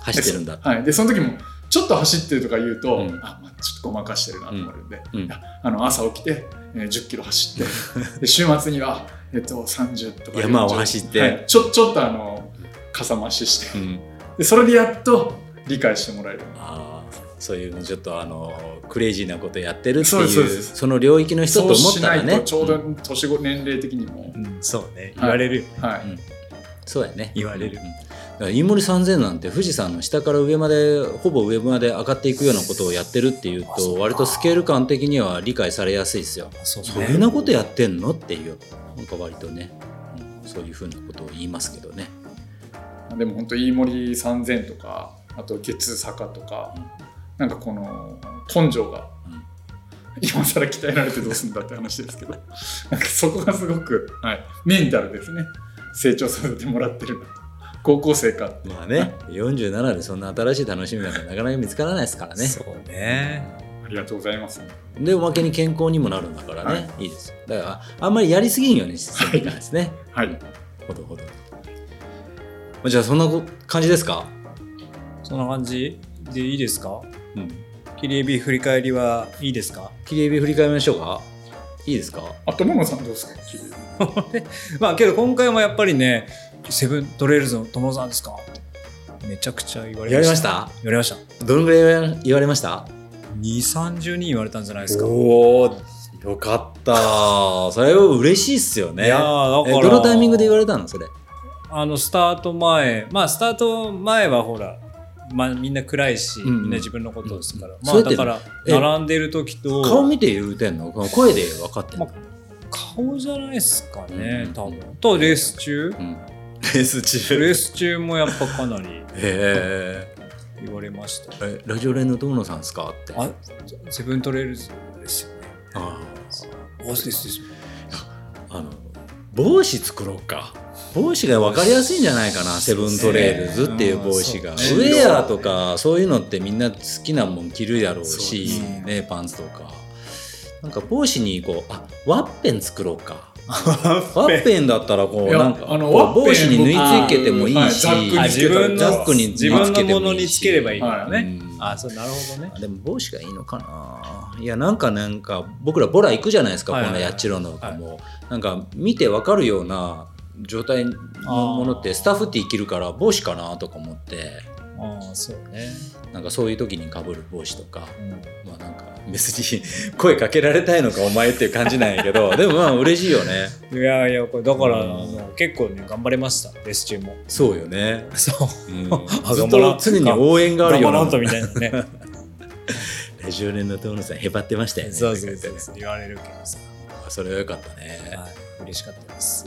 走ってるんだ
でそはい、でその時もちょっと走ってるとか言うと、
うん
あまあ、ちょっとごまかしてるなと思うんで、
うんうん
いやあの朝起きて、えー10キロ 走ってで週末には、えっと、30とか40
山を走って
はいちょちょっとあのかさ増しして
うん
でそれでやっと理解してもらえるように
あーそういうちょっとあのクレイジーなことやってるって
そう
い
ですそうで
う
す
その領域の人と
そう
思っ
したな
ら
い
ね
とちょうど
ん
年ご年齢的にも、
うん、そうね。
はい
言われるよね。
はい、
そうやね
言われる
うんだから飯森3000なんて富士山の下から上までほぼ上まで上がっていくようなことをやってるっていう
あそう
と
か
割とスケール感的には理解されやすいですよ。
そう
そんなことやってんのっていうなんか割とね、うんそういうふうなことを言いますけどね。
でも本当飯森3000とかあと月坂とか、なんかこの根性が、
うん
今更鍛えられてどうすんだって話ですけど なんかそこがすごく、はい、メンタルですね成長させてもらってるなと高校生かって
まあね47でそんな新しい楽しみなんてなかなか見つからないですからね。
そうね。
ありがとうございます
でおまけに健康にもなるんだからね、、
はい
いですよだからあんまりやりすぎんようにしていかないですね。
はい
ほどほど。まあじゃあそんなこ感じですか、
そんな感じでいいですか
うん、
切りエビ振り返りはいいですか
切りエビ振り返りましょうかいいですか
あとももさんどうですか
まあけど今回もやっぱりね「セブントレイルズの友さんですか?」めちゃくちゃ言われ
言わ
ま
れま
し
したた
言われました
どのぐらい言われました
2 3 0人言われたんじゃないですか、
おーよかったそれは嬉しいっすよね
いやー
え
だから
どのタイミングで言われたのそれ
あのスタート前まあスタート前はほらまあみんな暗いし、
うんうん
みんな自分のことですか
う
ら、
んそ
まあ
うやって
だから
え
並んでる時と
顔見て言うてんのこの声で分かってんの、
ま顔じゃないですかね、
うん
多分とレース中
うん、レース中
レース中もやっぱかなり
え
言われました
ー、えラジオ連の友野さんですかって
あセブントレイルズですよね
あ
あですです
ーあの帽子作ろうか帽子が分かりやすいんじゃないかなセブントレイルズっていう帽子が、
うん
ウ
そうね
ェアとかそういうのってみんな好きなもん着るやろうし
そうです
ねパンツとかなんか帽子にこうあワッペン作ろう かワッペンだったらこ
いうや
なんか
あの
こう
ワッペン
帽子に縫い付けてもいいし、
はい
あ自分
ザッ
の
クに
自分のものにつければいい
か
からね、
うん
あそうなるほどね
らでも帽子がいいのかないやなんかなんか僕らボラ行くじゃないですか、
はいはい
こ
は
の
い
やっちろのかも、なんか見てわかるような状態のものっ
あ
て
ー
スタッフって生きるから帽子かなとか思って
ああそうね、
なんかそういう時にかぶる帽子とか
うん
まあなんか別に 声かけられたいのかお前っていう感じなんやけ どでもまあ嬉しいよね
いやいやこれだか
う
ら、
ん
あの結構ね頑張れましたレース中も
そうよね、
そう
うん、
あ
ずっと常に応援があ
頑
るよ
張
うな
ろうとみたいな ね
ラジオ連の友野さんへばってましたよね
そうそうそう
とか言ってね
そう言われるけどさ、
あそれはよかったね、
はい、嬉しかったです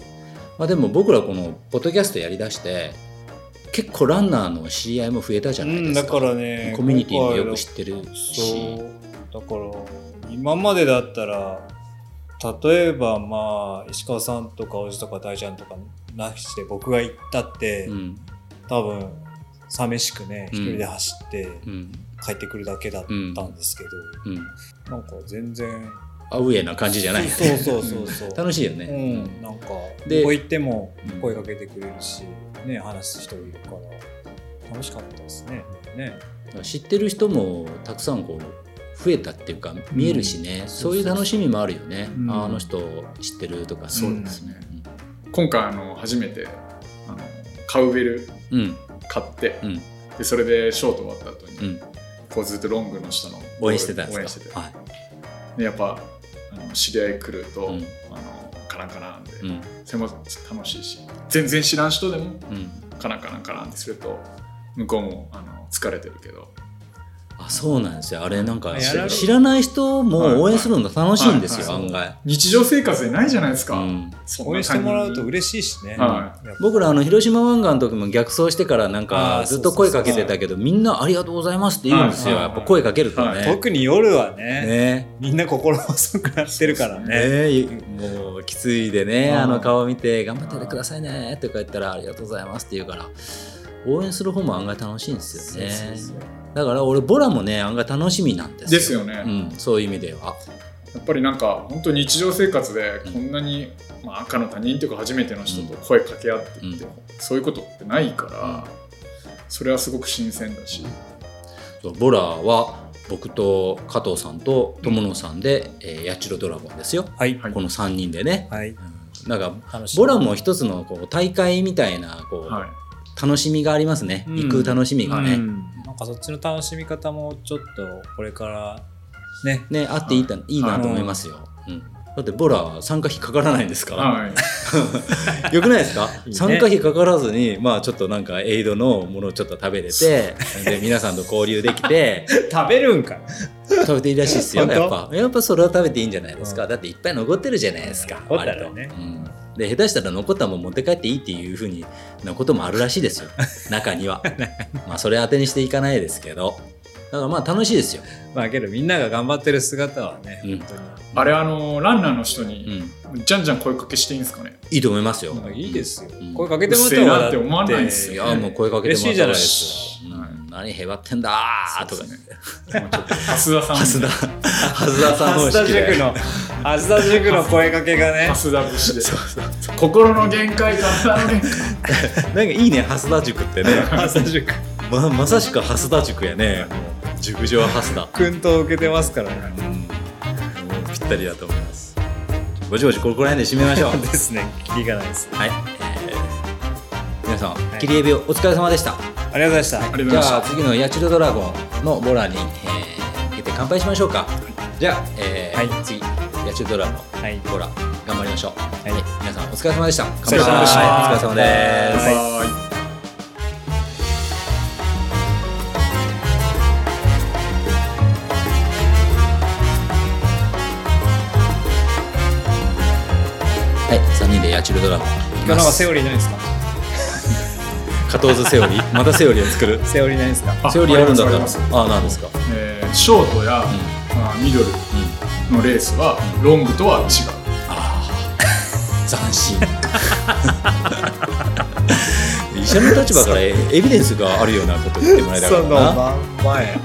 まあ、でも僕らこのポッドキャストやりだして結構ランナーの知り合いも増えたじゃないですか,、
うんだからね
コミュニティもよく知ってるし
そうだから今までだったら例えばまあ石川さんとかおじとか大ちゃんとかなしで僕が行ったって、
うん
多分寂しくね
うん
一人で走って、
うん
帰ってくるだけだったんですけど、
うん、
なんか全然
アウェーな感じじゃないよ
そう
ね
そうそうそう
楽しいよ
う
ね、
ん、なんか
で
どこ行っても
うん
声かけてくれるし、ね、話す人いるから楽しかったですね。ね
知ってる人もたくさんこう増えたっていうか見えるしね、
うん
そういう楽しみもあるよね、
うん
ああの人知ってるとか、
そう
です
ね今回あの初めてあのカウベル
うんうん
買って、
うん
でそれでショート終わった後に、
うん
こうずっとロングの下の
応援してたんですか
応援してて
はい
でやっぱあの知り合い来ると、
うん
あのカランカランで、
うん
それも楽しいし全然知らん人でも
うん
カランカランカランってすると向こうもあの疲れてるけど
あそうなんですよあれなんか
あやられる
知らない人も応援するの楽しいんですよ
はい
案外、
日常生活でないじゃないです
う
か、
ん、
そんな
応援してもらうと
他人に
嬉しいしね。
は
やっぱ
僕らあの広島湾岸の時も逆走してからなん
あ
か
ー
ずっと声かけてたけどみんな「ありがとうございます」って言うんですよ
はい
やっぱ声かけると
は
ね。
特に夜はね
ね
みんな心細くなってるから
ね
ね。
もうきついでね
うん
あの顔見て「頑張っててくださいね」って言ったら「ありがとうございます」って言うから応援する方も案外楽しいんですよね
そうそうそう
だから俺ボラもね案外楽しみなんですよ
ですよね、
うん、そういう意味では
やっぱりなんか本当日常生活でこんなに、まあ、赤の他人というか初めての人と声掛け合ってって、
うん
そういうことってないから、それはすごく新鮮だし、
そうボラは僕と加藤さんと友野さんで「えー八代ドラゴン」ですよ
はい
はい
この3人でね、
はい
うん、なんか
楽しい
ボラも一つのこう大会みたいなこう、
はい、
楽しみがありますね、
うん
行く楽しみがね,、
うんなんかそっちの楽しみ方もちょっとこれから ね
ねあっていい,、い、いなと思いますよ、うんだってボラは参加費かからないんですから、
はい、
よくないですか
いいね
参加費かからずにまあちょっとなんかエイドのものをちょっと食べれ てで皆さんと交流できて
食べるんか
食べていいらしいですよ
本当
やっぱやっぱそれは食べていいんじゃないですか、
うん
だっていっぱい残ってるじゃないですか、
うん残ったらね
割とうんで下手したら残ったもん持って帰っていいっていうふうになこともあるらしいですよ中にはまあそれ当てにしていかないですけどだからまあ楽しいですよ
まあけどみんなが頑張ってる姿はね、
うん
本
あれあのランナーの人
う
に、
ん
じゃんじゃん声かけしていいんですかね
いいと思いますよ。
当にいいですよ、
うん
声かけてもらっ
うっせえ
た
なって思わないで
い
すよ
や、もう声かけてもらったらですよ。
嬉しいじゃないですか
うん何へばってんだーとかね。
もうちょっと蓮田さん
蓮田、蓮田さん
蓮
方
田
式
塾
で。
の蓮田塾の声かけがね
蓮田節で心の限界体の限界
なんかいいね、蓮田塾ってね。
蓮田塾
ままさしく蓮田塾やね。塾上蓮田。
訓導受けてますからね
うんもうぴったりだと思います。ごちごちここら辺で締めまし ょう。
ですね聞きがないです
はい。えー皆さん、
い
切りエビお疲れ様でした。
ありがとうございまし
ありがとうござい
じ
まし
ゃあ
た
次の八千代ドラゴンのボラに、えー、向けて乾杯しましょうか。じゃあ、えー
はい
次八千代ドラゴン。
たはい
ほら、頑張りましょう。はいい、皆さんお疲れ様でした。乾
れ様でした
杯お疲れ様です。
はい
はーい
はい、三人で八千代ドラゴン。
今日なんかセオリーないですか
加藤図セオリー、またセオリーを作る。
セオリーないですか
あ
セオリーあるんだった
あり
ら
ます、
ああ、なんですか。
えーショートや、まあ、ミドル
うん、
のレースはロングとは違う
ああ、斬新。 医者の立場からエエビデンスがあるようなことを言ってもらえたら
そ
な。
のまんまや
うまい